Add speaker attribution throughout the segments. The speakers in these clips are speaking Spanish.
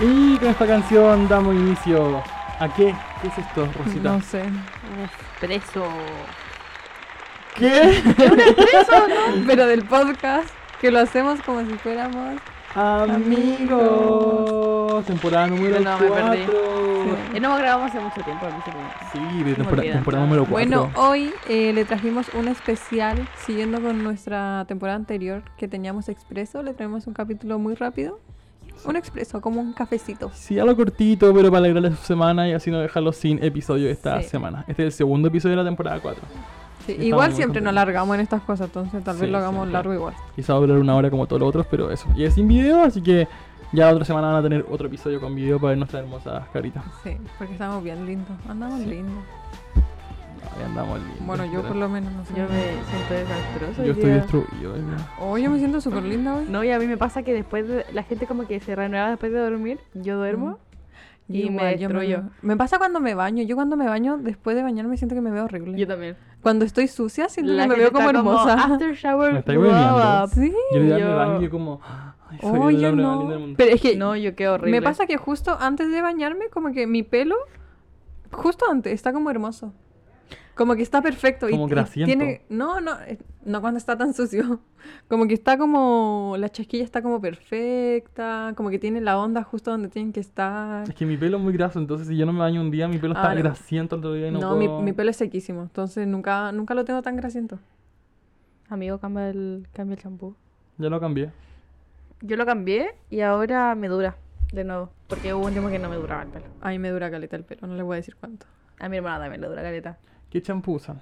Speaker 1: Y con esta canción damos inicio. ¿A qué? ¿Qué es esto, Rosita?
Speaker 2: No sé.
Speaker 3: Un expreso.
Speaker 1: ¿Qué?
Speaker 2: Eso, ¿no? Pero del podcast, que lo hacemos como si fuéramos.
Speaker 1: Amigos. Temporada número
Speaker 3: No, me perdí.
Speaker 1: 4.
Speaker 2: Sí.
Speaker 3: Eh, no hemos grabado hace mucho tiempo, no sé cómo.
Speaker 1: Sí, de
Speaker 3: Me
Speaker 1: tempora-
Speaker 3: olvidé.
Speaker 1: temporada número 4.
Speaker 2: Bueno, hoy eh, le trajimos un especial, siguiendo con nuestra temporada anterior que teníamos expreso, le traemos un capítulo muy rápido. Un expreso, como un cafecito.
Speaker 1: Sí, algo cortito, pero para alegrarle su semana y así no dejarlo sin episodio esta
Speaker 2: Sí.
Speaker 1: semana. Este es el segundo episodio de la temporada 4.
Speaker 2: Sí,
Speaker 1: Estamos
Speaker 2: igual
Speaker 1: muy
Speaker 2: siempre nos
Speaker 1: contentos.
Speaker 2: alargamos en estas cosas, entonces tal vez
Speaker 1: Sí,
Speaker 2: lo hagamos
Speaker 1: siempre.
Speaker 2: largo igual.
Speaker 1: Quizá va a durar una hora como todos los otros, pero eso. Y es sin video, así que ya la otra semana van a tener otro episodio con video para ver nuestras hermosas caritas.
Speaker 2: Sí, porque estamos bien lindos, andamos lindos.
Speaker 1: Ahí andamos lindos,
Speaker 2: Bueno, yo
Speaker 1: ¿verdad?
Speaker 2: por lo menos no sé.
Speaker 3: Yo me siento desastroso.
Speaker 1: Yo estoy destruido. hoy día.
Speaker 2: Oh, yo me siento súper linda hoy.
Speaker 3: No, y a mí me pasa que después de- la gente como que se renueva después de dormir. Yo duermo. Y me
Speaker 2: yo
Speaker 3: destruyo.
Speaker 2: Me pasa cuando me baño. Yo cuando me baño, después de bañarme siento que me veo horrible.
Speaker 3: Mm, Yo también.
Speaker 2: Cuando estoy sucia, siento
Speaker 3: La
Speaker 2: que me
Speaker 3: gente
Speaker 2: veo como
Speaker 3: está
Speaker 2: hermosa.
Speaker 3: after shower.
Speaker 1: Me estáis
Speaker 3: glow
Speaker 1: hueveando.
Speaker 3: up.
Speaker 2: Sí.
Speaker 1: Yo ya me
Speaker 3: Yo-
Speaker 1: baño y yo como... Ay, soy
Speaker 2: Oh,
Speaker 1: el
Speaker 2: yo
Speaker 1: hombre más
Speaker 2: no.
Speaker 1: lindo del mundo.
Speaker 2: Pero es que
Speaker 3: No, yo qué horrible.
Speaker 2: me pasa que justo antes de bañarme, como que mi pelo, justo antes, está como hermoso. Como que está perfecto. y-
Speaker 1: Como
Speaker 2: y,
Speaker 1: grasiento.
Speaker 2: tiene No, no, eh, no cuando está tan sucio. Como que está como. La chasquilla está como perfecta. Como que tiene la onda justo donde tienen que estar.
Speaker 1: Es que mi pelo es muy graso, entonces si yo no me baño un día, mi pelo está
Speaker 2: Ah, no.
Speaker 1: grasiento el otro día y no,
Speaker 2: No, mi, mi pelo es sequísimo. Entonces nunca, nunca lo tengo tan grasiento.
Speaker 3: Amigo, cambia el, cambia el champú.
Speaker 1: Ya lo cambié.
Speaker 3: Yo lo cambié y ahora me dura de nuevo. Porque hubo un tiempo que no me duraba el pelo.
Speaker 2: A mí me dura caleta el pelo, no les voy a decir cuánto.
Speaker 3: A mi hermana también le dura caleta.
Speaker 1: ¿Qué champú usan?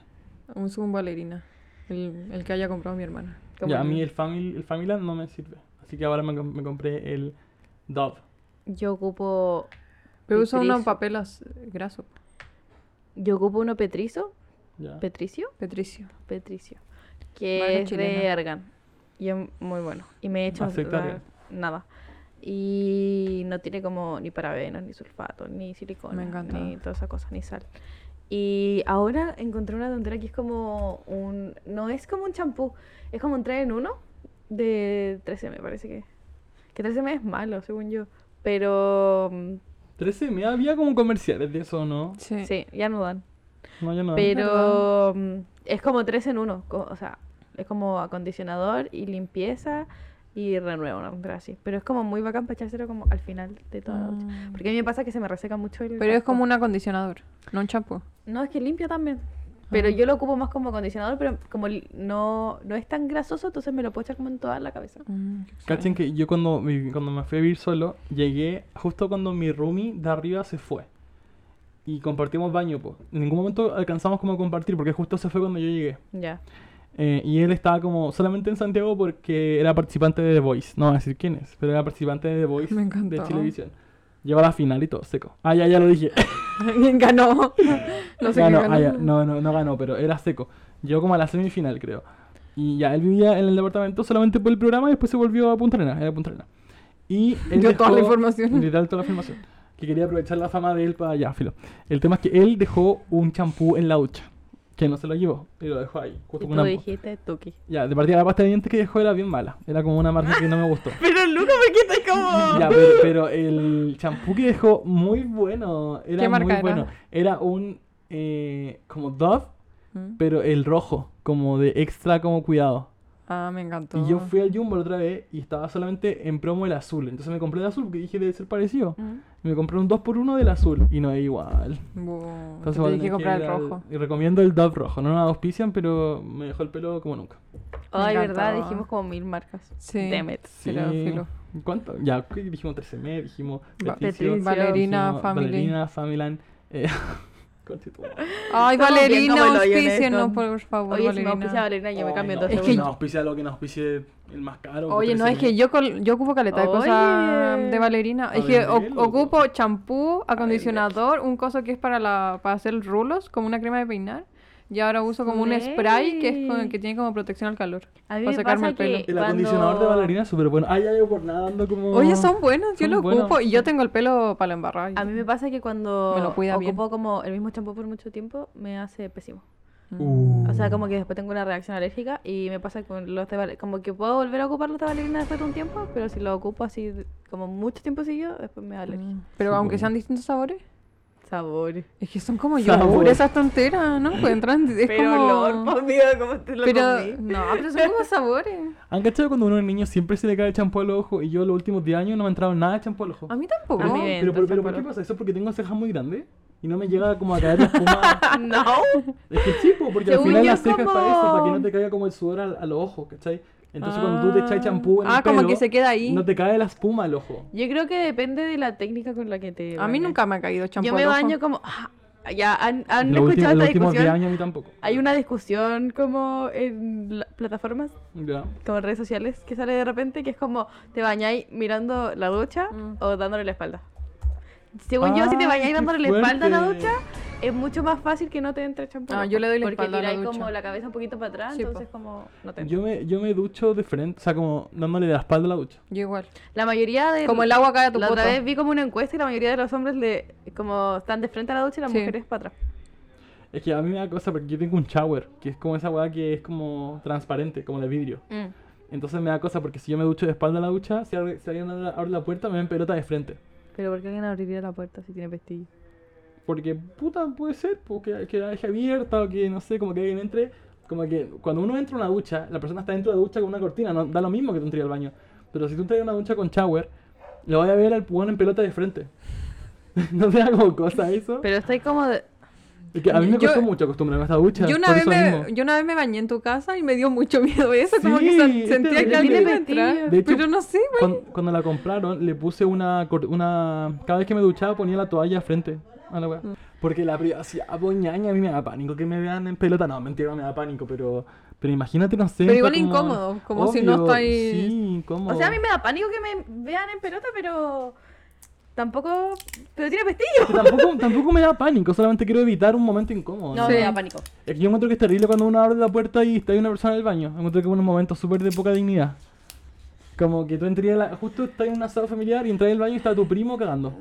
Speaker 2: Un zoom bailarina. El, el que haya comprado mi hermana.
Speaker 3: Como
Speaker 1: Ya, a
Speaker 3: el-
Speaker 1: mí el, family, el Familand no me sirve. Así que ahora me, com- me compré el Dove.
Speaker 3: Yo ocupo.
Speaker 2: Pero uso
Speaker 3: Petrizo.
Speaker 2: unos papeles grasos.
Speaker 3: Yo ocupo uno petrizo.
Speaker 1: Ya.
Speaker 3: ¿Petricio?
Speaker 2: Petricio.
Speaker 3: Petricio. Que
Speaker 2: Marca
Speaker 3: es de
Speaker 2: chilena.
Speaker 3: argan. Y es muy bueno. Y me he hecho
Speaker 1: Aceite
Speaker 3: la-
Speaker 1: Argan.
Speaker 3: nada. Y no tiene como ni parabenos, ni sulfato, ni silicona,
Speaker 2: Me encanta.
Speaker 3: ni todas esas cosas, ni sal. Y ahora encontré una tontera que es como un. No es como un champú, es como un 3 en 1 de 13 me parece que. Que 13M es malo, según yo. Pero. mm,
Speaker 1: 13M, había como comerciales de eso, ¿no?
Speaker 2: Sí.
Speaker 3: Sí, ya no dan.
Speaker 1: No, ya no.
Speaker 3: Pero mm, es como tres en uno. co- O sea, es como acondicionador y limpieza y renuevo, una tontera así. Pero es como muy bacán para echárselo como al final de toda la noche.
Speaker 2: Mm.
Speaker 3: Porque a mí me pasa que se me reseca mucho el.
Speaker 2: Pero es como
Speaker 3: casco.
Speaker 2: un acondicionador, no un champú.
Speaker 3: No, es que limpia también.
Speaker 2: Ah.
Speaker 3: Pero yo lo ocupo más como acondicionador, pero como li- no, no es tan grasoso, entonces me lo puedo echar como en toda la cabeza.
Speaker 1: Cachen Mm. que yo cuando, vi- cuando me fui a vivir solo, llegué justo cuando mi roomie de arriba se fue. Y compartimos baño, pues. En ningún momento alcanzamos como a compartir, porque justo se fue cuando yo llegué.
Speaker 3: Ya.
Speaker 1: Eh, y él estaba como solamente en Santiago porque era participante de The Voice. No voy a decir quién es, pero era participante de The Voice
Speaker 2: Me encantó.
Speaker 1: de Televisión. Llegó a la final y todo, seco. Ah, ya, ya lo dije.
Speaker 2: ¿Quién ganó? No sé
Speaker 1: Ganó,
Speaker 2: quién ganó.
Speaker 1: ah, ya, no, no, no ganó, pero era seco. Llegó como a la semifinal, creo. Y ya, él vivía en el departamento solamente por el programa y después se volvió a Punta Arenas, era Punta Arenas. Y él
Speaker 2: Yo toda la
Speaker 1: dejó-
Speaker 2: información.
Speaker 1: Literal, toda la información. Que quería aprovechar la fama de él para allá, filo. El tema es que él dejó un champú en la ducha, que no se lo llevó, y lo dejó ahí,
Speaker 3: Y
Speaker 1: justo con
Speaker 3: tú
Speaker 1: una...
Speaker 3: dijiste Tuki.
Speaker 1: Ya, de partida la pasta de dientes que dejó era bien mala. Era como una marca que no me gustó.
Speaker 3: Pero Luca, ¿por qué estás como.?
Speaker 1: Ya, pero, pero el champú que dejó muy bueno. Era
Speaker 2: ¿Qué marca
Speaker 1: muy
Speaker 2: era?
Speaker 1: bueno. Era un eh, como Dove,
Speaker 2: Mm.
Speaker 1: pero el rojo, como de extra como cuidado.
Speaker 2: Ah, me encantó.
Speaker 1: Y yo fui al Jumbo la otra vez y estaba solamente en promo el azul. Entonces me compré el azul porque dije debe ser parecido.
Speaker 2: Mm.
Speaker 1: Y me compré un 2x1 del azul y no es igual.
Speaker 2: Buh,
Speaker 1: Entonces
Speaker 2: te
Speaker 1: voy a
Speaker 2: dije
Speaker 1: tener
Speaker 2: comprar
Speaker 1: ir
Speaker 2: el
Speaker 1: al-
Speaker 2: rojo.
Speaker 1: Y recomiendo el Dove rojo. No nos auspician, pero me dejó el pelo como nunca.
Speaker 3: Ay,
Speaker 2: Me
Speaker 3: verdad,
Speaker 2: encantaba.
Speaker 3: dijimos como mil marcas.
Speaker 2: Sí.
Speaker 3: Damn it.
Speaker 1: Sí.
Speaker 2: Pero filo.
Speaker 1: ¿Cuánto? Ya, ¿qué dijimos 13M, dijimos
Speaker 2: Va-
Speaker 1: Patricio,
Speaker 3: Patricio,
Speaker 2: Valerina,
Speaker 1: dijimos
Speaker 2: Family.
Speaker 1: Valerina, Familan. Eh, conche tu madre.
Speaker 2: Ay,
Speaker 3: Estamos bien
Speaker 2: Valerina,
Speaker 3: como el hoyo en esto.
Speaker 2: auspicienos, por favor,
Speaker 3: Oye, si me auspicia
Speaker 2: Valerina.
Speaker 3: Valerina, yo me
Speaker 1: Ay,
Speaker 3: cambio
Speaker 1: no,
Speaker 2: Es
Speaker 3: dos
Speaker 2: que
Speaker 1: que
Speaker 3: segundos.
Speaker 1: no auspicia lo que nos auspicie el más caro.
Speaker 2: Oye, no, es que yo, col- yo ocupo caleta de
Speaker 3: Oye.
Speaker 2: cosas de Valerina. Es
Speaker 1: A
Speaker 2: que
Speaker 1: ver,
Speaker 2: o-
Speaker 1: velo.
Speaker 2: ocupo champú, acondicionador, un coso que es para, la, para hacer rulos, como una crema de peinar. Y ahora uso como un spray que es con el que tiene como protección al calor.
Speaker 3: A mí
Speaker 2: para
Speaker 3: me
Speaker 2: secarme
Speaker 3: pasa
Speaker 2: el pelo.
Speaker 3: que-
Speaker 1: El acondicionador de
Speaker 3: cuando-
Speaker 1: Valerina es súper bueno. Ay, ya yo por nada ando como.
Speaker 2: Oye, son buenos, yo
Speaker 1: Son
Speaker 2: lo
Speaker 1: buenos.
Speaker 2: ocupo y yo tengo el pelo para la embarrada.
Speaker 3: A mí me pasa que cuando
Speaker 2: Me lo cuida
Speaker 3: ocupo
Speaker 2: bien.
Speaker 3: como el mismo champú por mucho tiempo, me hace pésimo.
Speaker 2: Mm.
Speaker 1: Uh.
Speaker 3: O sea, como que después tengo una reacción alérgica y me pasa con los de Valerina. Como que puedo volver a ocupar los de Valerina después de un tiempo, pero si lo ocupo así como mucho tiempo seguido, después me da alergia.
Speaker 2: Mm, Pero
Speaker 1: Sí,
Speaker 2: aunque
Speaker 1: pues.
Speaker 2: sean distintos sabores,
Speaker 3: Sabores.
Speaker 2: es que son como
Speaker 1: Sabor.
Speaker 2: yogur, esas tonteras, ¿no? Encuentran, es
Speaker 3: Pero
Speaker 2: como...
Speaker 3: olor, por Dios, ¿cómo te lo
Speaker 2: pero,
Speaker 3: comí?
Speaker 2: no, pero son como sabores.
Speaker 1: ¿Han cachado cuando uno es niño siempre se le cae el champú al ojo? Y yo los últimos 10 años no me ha entrado nada de champú al ojo.
Speaker 2: A mí tampoco.
Speaker 3: A mí me
Speaker 1: pero,
Speaker 3: entra
Speaker 1: pero, pero ¿por
Speaker 3: champú al
Speaker 1: qué
Speaker 3: ojo.
Speaker 1: pasa eso? Porque tengo cejas muy grandes y no me llega como a caer la espuma.
Speaker 3: no.
Speaker 1: es que sí, po, porque al
Speaker 3: Según
Speaker 1: final
Speaker 3: yo,
Speaker 1: las cejas
Speaker 3: como-
Speaker 1: para eso, para que no te caiga como el sudor al, a los ojos, ¿cachai? Entonces cuando tú te echas champú en
Speaker 2: Ah,
Speaker 1: el
Speaker 2: como
Speaker 1: pelo,
Speaker 2: que se queda ahí.
Speaker 1: no te cae la espuma al ojo.
Speaker 3: Yo creo que depende de la técnica con la que te.
Speaker 2: A mí
Speaker 3: bañes.
Speaker 2: nunca me ha caído champú
Speaker 3: Yo me
Speaker 2: al ojo.
Speaker 3: baño como. ah, ya, han, han
Speaker 1: Los últimos-
Speaker 3: escuchado
Speaker 1: los
Speaker 3: esta
Speaker 1: últimos 10
Speaker 3: discusión.
Speaker 1: años a mí tampoco.
Speaker 3: Hay una discusión como en la- plataformas,
Speaker 1: Ya.
Speaker 3: como en redes sociales, que sale de repente, que es como te bañáis mirando la ducha
Speaker 2: Mm.
Speaker 3: o dándole la espalda. Según yo, si te
Speaker 1: Ay,
Speaker 3: bañáis
Speaker 1: qué
Speaker 3: dándole la espalda a la
Speaker 1: fuerte.
Speaker 3: ducha, es mucho más fácil que no te entre champú.
Speaker 2: Ah, yo le doy la
Speaker 3: porque
Speaker 2: espalda a la
Speaker 3: tiráis
Speaker 2: ducha.
Speaker 3: como la cabeza un poquito para atrás,
Speaker 2: Sí, po.
Speaker 3: entonces como no te entra.
Speaker 1: Yo me, yo me ducho de frente, o sea, como dándole la espalda a la ducha.
Speaker 2: Yo igual.
Speaker 3: La mayoría de
Speaker 2: Como el agua cae a tu
Speaker 3: La otra
Speaker 2: poto.
Speaker 3: vez vi como una encuesta y la mayoría de los hombres le como están de frente a la ducha y las
Speaker 2: Sí.
Speaker 3: mujeres para atrás.
Speaker 1: Es que a mí me da cosa porque yo tengo un shower, que es como esa weá que es como transparente, como de vidrio.
Speaker 3: Mm.
Speaker 1: Entonces me da cosa porque si yo me ducho de espalda a la ducha, si, abre- si alguien abre abre la puerta, me ven pelota de frente.
Speaker 3: Pero ¿por qué alguien abriría la puerta si tiene pestillo?
Speaker 1: Porque puta puede ser, porque que la deje abierta o que no sé, como que alguien entre. Como que cuando uno entra a una ducha, la persona está dentro de la ducha con una cortina, no, da lo mismo que tú entres al baño. Pero si tú entras a una ducha con shower, lo voy a ver al pugón en pelota de frente. no te da como cosa eso.
Speaker 3: Pero estoy como de...
Speaker 1: Es que a mí me
Speaker 2: Yo-
Speaker 1: costó mucho acostumbrarme a esta ducha.
Speaker 2: Yo una,
Speaker 1: por
Speaker 2: vez
Speaker 1: eso
Speaker 2: me,
Speaker 1: mismo.
Speaker 2: yo una vez me bañé en tu casa y me dio mucho miedo eso, como
Speaker 1: Sí,
Speaker 2: que
Speaker 1: este
Speaker 2: sen-
Speaker 1: es
Speaker 2: sentía que
Speaker 1: terrible.
Speaker 2: alguien iba a
Speaker 3: Tiene
Speaker 2: entrar.
Speaker 1: vestido.
Speaker 2: Pero no sé, güey.
Speaker 1: Cuando, cuando la compraron, le puse una, cor- una. Cada vez que me duchaba, ponía la toalla frente a la weá.
Speaker 2: Mm.
Speaker 1: Porque la privacidad, poñaña, a mí me da pánico que me vean en pelota. No, mentira, no me da pánico, pero. Pero imagínate, no sé.
Speaker 2: Pero
Speaker 1: está
Speaker 2: igual incómodo, como si no estáis-
Speaker 1: Sí, incómodo.
Speaker 3: O sea, a mí me da pánico que me vean en pelota, pero tampoco... Pero tiene pestillo.
Speaker 1: Que tampoco, tampoco me da pánico, solamente quiero evitar un momento incómodo.
Speaker 3: No,
Speaker 1: ¿no?
Speaker 2: Sí.
Speaker 3: me da pánico.
Speaker 1: Es que yo encuentro que es terrible cuando uno abre la puerta y está ahí una persona en el baño. Encuentro que es un momento súper de poca dignidad. Como que tú entrías, a la- justo estás en un asado familiar y entras al baño y está tu primo cagando.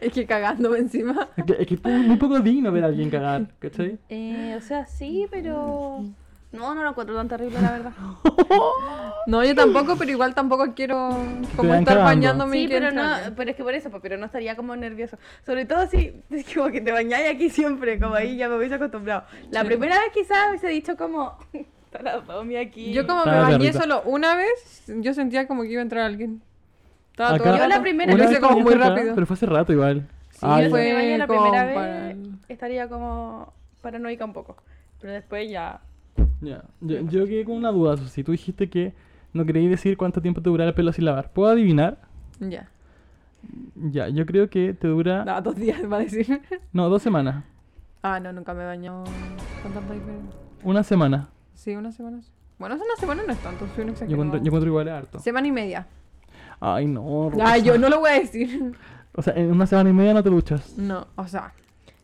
Speaker 2: Es que cagándome encima.
Speaker 1: Es que es, que es muy poco digno ver a alguien cagar, ¿cachai?
Speaker 3: Eh, o sea, sí, pero... No, no lo encuentro tan terrible, la verdad.
Speaker 2: No, yo tampoco, pero igual tampoco quiero como
Speaker 1: vean
Speaker 2: estar
Speaker 1: cagando.
Speaker 2: bañándome y
Speaker 3: Sí,
Speaker 2: que
Speaker 3: pero
Speaker 2: entre alguien.
Speaker 3: no, pero es que por eso, pues, pero no estaría como nervioso. Sobre todo si es como que te bañáis aquí siempre, como ahí ya me hubiese acostumbrado. La
Speaker 2: Sí.
Speaker 3: primera vez quizás hubiese dicho como, está la Domi aquí.
Speaker 2: Yo como me
Speaker 1: Estaba
Speaker 2: bañé
Speaker 1: terrible.
Speaker 2: solo una vez, yo sentía como que iba a entrar alguien. Estaba todo
Speaker 1: Acá-
Speaker 2: el
Speaker 3: Yo la
Speaker 2: rato-
Speaker 3: primera
Speaker 2: lo
Speaker 3: vez
Speaker 2: hice
Speaker 1: que
Speaker 2: como muy
Speaker 1: viniste acá,
Speaker 2: rápido.
Speaker 1: Pero fue hace rato igual.
Speaker 2: Sí,
Speaker 1: Ah,
Speaker 3: yo
Speaker 1: ya.
Speaker 3: si
Speaker 2: fue-
Speaker 3: me bañé la
Speaker 2: como
Speaker 3: primera vez
Speaker 2: para-
Speaker 3: estaría como paranoica un poco. Pero después ya...
Speaker 1: Ya. Yo, yo quedé con una duda, Susi. Tú dijiste que no querías decir cuánto tiempo te durará el pelo sin lavar. ¿Puedo adivinar?
Speaker 2: Ya.
Speaker 1: Ya, yo creo que te dura...
Speaker 2: No, dos días va a decir.
Speaker 1: No, dos semanas.
Speaker 2: Ah, no, nunca me bañó con tanta diferencia.
Speaker 1: Una semana.
Speaker 2: Sí, una semana. sí. Bueno, es una semana no es tanto, soy un
Speaker 1: Yo
Speaker 2: exagerado.
Speaker 1: encuentro, yo encuentro igual harto.
Speaker 2: Semana y media.
Speaker 1: Ay, no. Rosa.
Speaker 2: Ah, yo no lo voy a decir.
Speaker 1: O sea, en una semana y media no te duchas.
Speaker 2: No, o sea,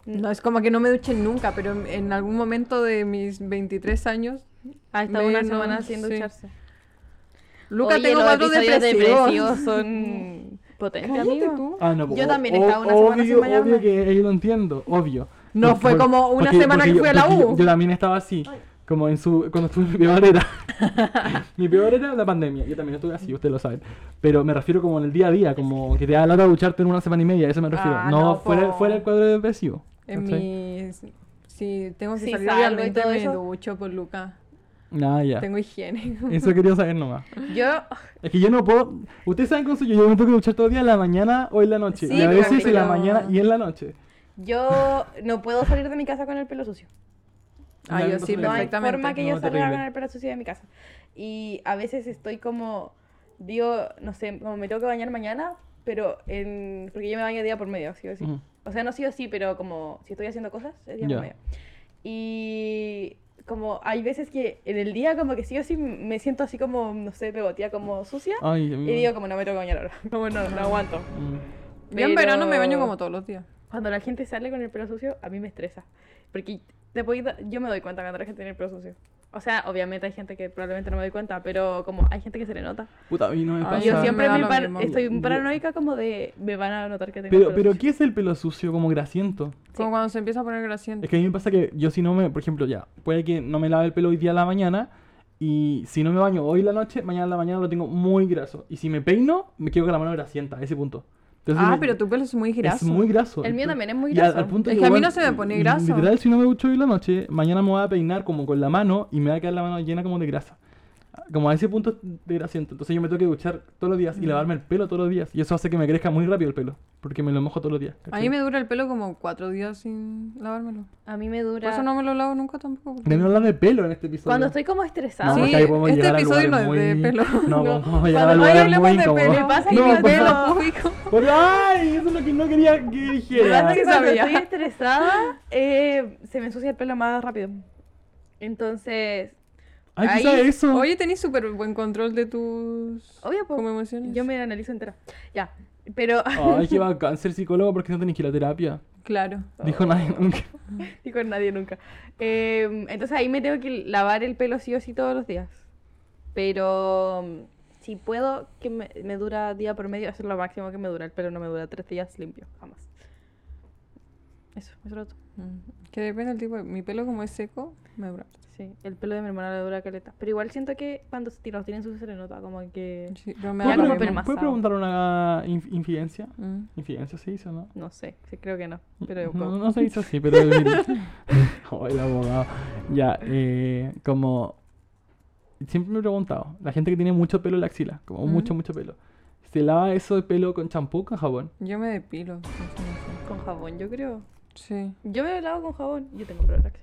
Speaker 2: no es como que no me duche nunca, pero en- en algún momento de mis 23 años.
Speaker 3: Ha estado una
Speaker 2: menos,
Speaker 3: semana sin
Speaker 2: sí.
Speaker 3: ducharse.
Speaker 2: Luca,
Speaker 3: Oye,
Speaker 2: tengo
Speaker 3: los
Speaker 2: cuatro
Speaker 3: episodios
Speaker 2: depresivos.
Speaker 3: son potentes,
Speaker 2: Cállate
Speaker 3: amigo.
Speaker 2: tú.
Speaker 1: Ah, no.
Speaker 3: Yo
Speaker 1: o-
Speaker 3: también
Speaker 1: o-
Speaker 3: estaba una
Speaker 1: obvio,
Speaker 3: semana sin bañarme.
Speaker 1: Obvio que yo lo entiendo, obvio.
Speaker 2: No,
Speaker 1: Porque-
Speaker 2: fue como una semana que
Speaker 1: yo-
Speaker 2: fui a la
Speaker 1: porque Yo,
Speaker 2: U.
Speaker 1: yo también estaba así, como en su, cuando estuve en mi peor era. mi peor era la pandemia. Yo también estuve así, ustedes lo saben. Pero me refiero como en el día a día, como que te da la hora de ducharte en una semana y media, a eso me refiero.
Speaker 2: Ah,
Speaker 1: no,
Speaker 2: no,
Speaker 1: fuera,
Speaker 2: po.
Speaker 1: fuera el cuadro depresivo.
Speaker 2: En
Speaker 1: ¿cachai?
Speaker 2: mis. Sí, tengo que
Speaker 3: Sí,
Speaker 2: salir
Speaker 3: salgo y
Speaker 2: realmente
Speaker 3: todo
Speaker 2: me
Speaker 3: eso.
Speaker 2: ducho por Luca.
Speaker 1: Ah, ya.
Speaker 2: Tengo higiene.
Speaker 1: Eso quería saber nomás.
Speaker 3: Yo
Speaker 1: Es que yo no puedo. Ustedes saben cómo soy yo. Yo me tengo que duchar todo el día en la mañana o en la noche.
Speaker 3: Sí,
Speaker 1: y a
Speaker 3: pero-
Speaker 1: veces en la
Speaker 2: pero-
Speaker 1: mañana y en la noche.
Speaker 3: yo no puedo salir de mi casa con el pelo sucio.
Speaker 2: Ah, yo sí,
Speaker 1: No
Speaker 3: No hay
Speaker 2: perfectamente.
Speaker 3: forma que
Speaker 1: No,
Speaker 3: yo salga
Speaker 1: terrible.
Speaker 3: con el pelo sucio de mi casa. Y a veces estoy como, digo, no sé, como me tengo que bañar mañana, pero en, porque yo me baño día por medio, sí o sí.
Speaker 1: Ujú.
Speaker 3: O sea, no sí o sí, pero como si estoy haciendo cosas, es día
Speaker 1: Ya.
Speaker 3: por medio. Y como hay veces que en el día como que sí o sí me siento así como, no sé, pegotía como sucia.
Speaker 1: Ay, Mm.
Speaker 3: Y digo como, no me tengo que bañar ahora, como no, no aguanto.
Speaker 2: Yo en verano me baño
Speaker 3: Pero-
Speaker 2: como todos los días.
Speaker 3: Cuando la gente sale con el pelo sucio, a mí me estresa. Porque te voy da- yo me doy cuenta cuando la gente tiene el pelo sucio. O sea, obviamente hay gente que probablemente no me doy cuenta, pero como hay gente que se le nota.
Speaker 1: Puta, a mí no me
Speaker 2: Ay,
Speaker 1: pasa.
Speaker 2: O
Speaker 3: yo
Speaker 2: sea,
Speaker 3: siempre
Speaker 2: me da
Speaker 3: me
Speaker 2: lo
Speaker 3: par-
Speaker 2: mismo.
Speaker 3: estoy
Speaker 1: Yo-
Speaker 3: paranoica como de me van a notar que tengo
Speaker 1: Pero,
Speaker 3: el pelo
Speaker 1: pero
Speaker 3: sucio.
Speaker 1: ¿qué es el pelo sucio como grasiento?
Speaker 2: Como cuando se empieza a poner
Speaker 1: Es
Speaker 2: grasiento.
Speaker 1: que a mí me pasa que yo si no me, por ejemplo, ya, puede que no me lave el pelo hoy día a la mañana Y si no me baño hoy en la noche, mañana en la mañana lo tengo muy graso. Y si me peino, me quedo con la mano grasienta, a ese punto. Entonces,
Speaker 2: Ah,
Speaker 1: me-
Speaker 2: pero tu pelo es muy graso.
Speaker 1: Es muy graso.
Speaker 3: El mío
Speaker 1: pe-
Speaker 3: también es muy
Speaker 1: y a-
Speaker 3: graso.
Speaker 1: al punto
Speaker 2: Es
Speaker 1: que,
Speaker 2: que a mí
Speaker 1: bueno,
Speaker 2: no se me pone
Speaker 1: li-
Speaker 2: graso.
Speaker 1: Literal, si no me ducho hoy en la noche, mañana me voy a peinar como con la mano y me va a quedar la mano llena como de grasa. Como a ese punto de grasiento. Entonces yo me tengo que duchar todos los días y lavarme el pelo todos los días. Y eso hace que me crezca muy rápido el pelo. Porque me lo mojo todos los días.
Speaker 2: A
Speaker 1: ¿cachai?
Speaker 2: mí me dura el pelo como cuatro días sin lavármelo.
Speaker 3: A mí me
Speaker 2: Por
Speaker 3: dura.
Speaker 2: eso no me lo lavo nunca tampoco. porque-
Speaker 1: Debemos hablar de pelo en este episodio.
Speaker 3: Cuando estoy como estresada.
Speaker 1: No,
Speaker 2: Sí,
Speaker 1: porque ahí podemos
Speaker 2: este
Speaker 1: llegar a
Speaker 2: episodio
Speaker 1: lugares
Speaker 2: no es de
Speaker 1: muy-
Speaker 2: pelo.
Speaker 1: No,
Speaker 3: No.
Speaker 1: vamos a llegar a
Speaker 2: Cuando-
Speaker 1: lugares
Speaker 2: ay,
Speaker 1: muy
Speaker 2: hablemos de
Speaker 1: incómodos.
Speaker 2: pelo.
Speaker 3: Me pasa que
Speaker 1: no,
Speaker 3: mi
Speaker 1: por
Speaker 3: pelo-
Speaker 1: favor.
Speaker 2: Pelo público.
Speaker 1: Por- ¡Ay! Eso es lo que no quería que dijera.
Speaker 3: ¿Verdad que cuando
Speaker 2: sabía.
Speaker 3: estoy estresada, eh, se me ensucia el pelo más rápido. Entonces,
Speaker 1: Ay,
Speaker 3: ahí-
Speaker 1: quizá eso.
Speaker 2: Oye, tenés súper buen control de tus
Speaker 3: obvio, pues,
Speaker 2: como emociones.
Speaker 3: yo me analizo entera. Ya, pero
Speaker 1: Ay, que va a cáncer psicólogo porque no tenés que ir a terapia.
Speaker 2: Claro.
Speaker 1: Dijo nadie nunca.
Speaker 3: ni con nadie nunca. Eh, entonces ahí me tengo que lavar el pelo sí o sí todos los días. Pero mm, si puedo, que me, me dura día por medio, eso es lo máximo que me dura. El pelo no me dura tres días limpio, jamás. Eso, eso era todo.
Speaker 2: Mm. Que depende del tipo. de- Mi pelo como es seco, me dura.
Speaker 3: Sí, el pelo de mi hermana le dura caleta. Pero igual siento que cuando se los tienen su se le nota como que...
Speaker 2: Sí, yo me
Speaker 1: ¿Puedo,
Speaker 3: Ya
Speaker 2: hago
Speaker 1: pregun-
Speaker 2: lo
Speaker 3: como pelo
Speaker 2: mismo.
Speaker 3: más.
Speaker 1: puedo
Speaker 3: masado.
Speaker 1: preguntar una inf- infidencia?
Speaker 2: Mm.
Speaker 1: ¿Infidencia se dice o no?
Speaker 3: No sé, sí, creo que no. Pero
Speaker 1: no,
Speaker 3: bueno.
Speaker 1: Mm, no se dice así, pero... oh, el abogado. Ya, eh, como... Siempre me he preguntado, la gente que tiene mucho pelo en la axila, como
Speaker 2: Mm.
Speaker 1: mucho, mucho pelo, ¿se lava eso de pelo con champú o con jabón?
Speaker 2: Yo me depilo. no sé, no
Speaker 3: con jabón, yo creo.
Speaker 2: sé. Sí.
Speaker 3: Yo me lavo con jabón. Yo tengo prolax.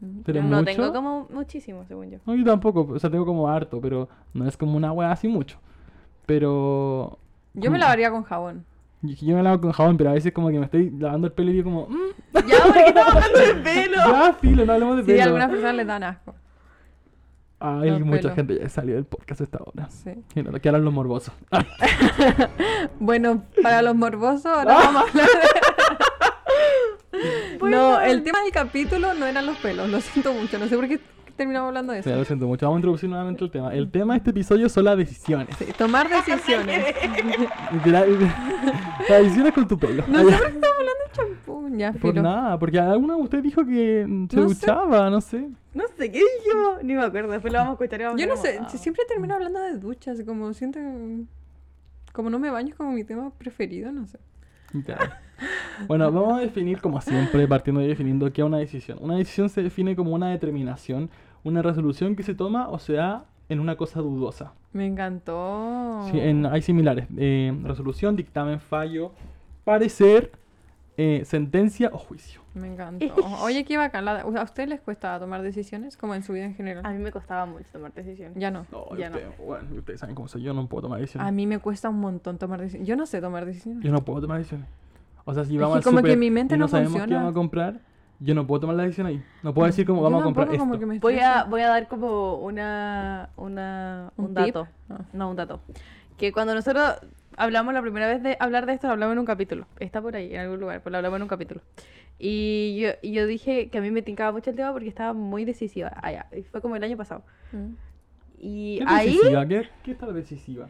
Speaker 2: Mm.
Speaker 1: ¿Pero
Speaker 3: no
Speaker 1: mucho?
Speaker 3: tengo como muchísimo, según yo.
Speaker 1: No, yo tampoco, o sea, tengo como harto, pero no es como una hueá así mucho. Pero...
Speaker 2: Yo me lavaría con jabón.
Speaker 1: y- Yo me lavo con jabón, pero a veces como que me estoy lavando el pelo y yo como... "Mm,
Speaker 3: ya, porque estamos hablando de pelo.
Speaker 1: Ya, filo, no hablemos de
Speaker 2: Sí,
Speaker 1: pelo.
Speaker 2: algunas personas les dan asco.
Speaker 1: Ay,
Speaker 2: Los
Speaker 1: mucha
Speaker 2: pelos.
Speaker 1: gente ya salió del podcast a esta hora.
Speaker 2: Sí.
Speaker 1: Mira, que hablan los morbosos.
Speaker 2: Bueno, para los morbosos,
Speaker 1: Ah.
Speaker 2: ahora vamos a hablar de... No, el tema del capítulo no eran los pelos. Lo siento mucho. No sé por qué terminamos hablando de eso.
Speaker 1: Ya, lo siento mucho. Vamos a introducir nuevamente el tema. El tema de este episodio son las decisiones.
Speaker 2: Sí, tomar decisiones.
Speaker 1: Literal, las decisiones con tu pelo.
Speaker 2: No sé por qué estamos hablando de champú. Ya,
Speaker 1: Por
Speaker 2: filo.
Speaker 1: nada, porque alguna de ustedes dijo que mm, se
Speaker 2: No sé.
Speaker 1: duchaba, no sé.
Speaker 3: No sé, ¿qué dijimos? Ni me acuerdo. Después lo vamos a escuchar y vamos
Speaker 2: Yo
Speaker 3: a
Speaker 2: no
Speaker 3: estar
Speaker 2: sé,
Speaker 3: como,
Speaker 2: si- siempre termino hablando de duchas, como siento que- como no me baño es como mi tema preferido, no sé.
Speaker 1: Ya. Bueno, vamos a definir como siempre, partiendo y definiendo qué es una decisión. Una decisión se define como una determinación, una resolución que se toma o se da en una cosa dudosa.
Speaker 2: Me encantó.
Speaker 1: Sí, en- hay similares. eh, resolución, dictamen, fallo, parecer, eh, sentencia o juicio.
Speaker 2: Me encantó. Oye, qué bacán. la- ¿A ustedes les cuesta tomar decisiones como en su vida en
Speaker 3: "Ah". A
Speaker 2: general?
Speaker 3: mí me costaba mucho tomar decisiones.
Speaker 2: Ya no. Ah,
Speaker 1: No,
Speaker 3: Ya no.
Speaker 1: ustedes, bueno, ustedes saben cómo soy. Yo no puedo tomar
Speaker 2: A
Speaker 1: decisiones.
Speaker 2: mí me cuesta un montón tomar decisiones. Yo no sé tomar decisiones.
Speaker 1: Yo no puedo tomar decisiones. O sea, si
Speaker 2: Es
Speaker 1: vamos
Speaker 2: que
Speaker 1: al
Speaker 2: como que
Speaker 1: súper
Speaker 2: mi mente
Speaker 1: y no,
Speaker 2: no
Speaker 1: sabemos qué
Speaker 2: funciona. Mm,
Speaker 1: vamos a comprar, yo no puedo tomar la decisión ahí. No puedo decir cómo
Speaker 2: Yo
Speaker 1: vamos a
Speaker 2: tampoco
Speaker 1: comprar esto.
Speaker 2: como que me
Speaker 3: Voy a,
Speaker 2: estreso.
Speaker 3: voy a dar como una, una un,
Speaker 2: ¿Un tip?
Speaker 3: dato.
Speaker 2: Ah.
Speaker 3: No, un dato. Que cuando nosotros hablamos la primera vez de hablar de esto, lo hablamos en un capítulo. Está por ahí, en algún lugar, pero lo hablamos en un capítulo. Y yo, y yo dije que a mí me tincaba mucho el tema porque estaba muy decisiva. Ah, ya, y Fue como el año pasado.
Speaker 2: Mm.
Speaker 3: Y
Speaker 1: ¿Qué
Speaker 3: ahí,
Speaker 1: decisiva? ¿Qué, qué es la decisiva?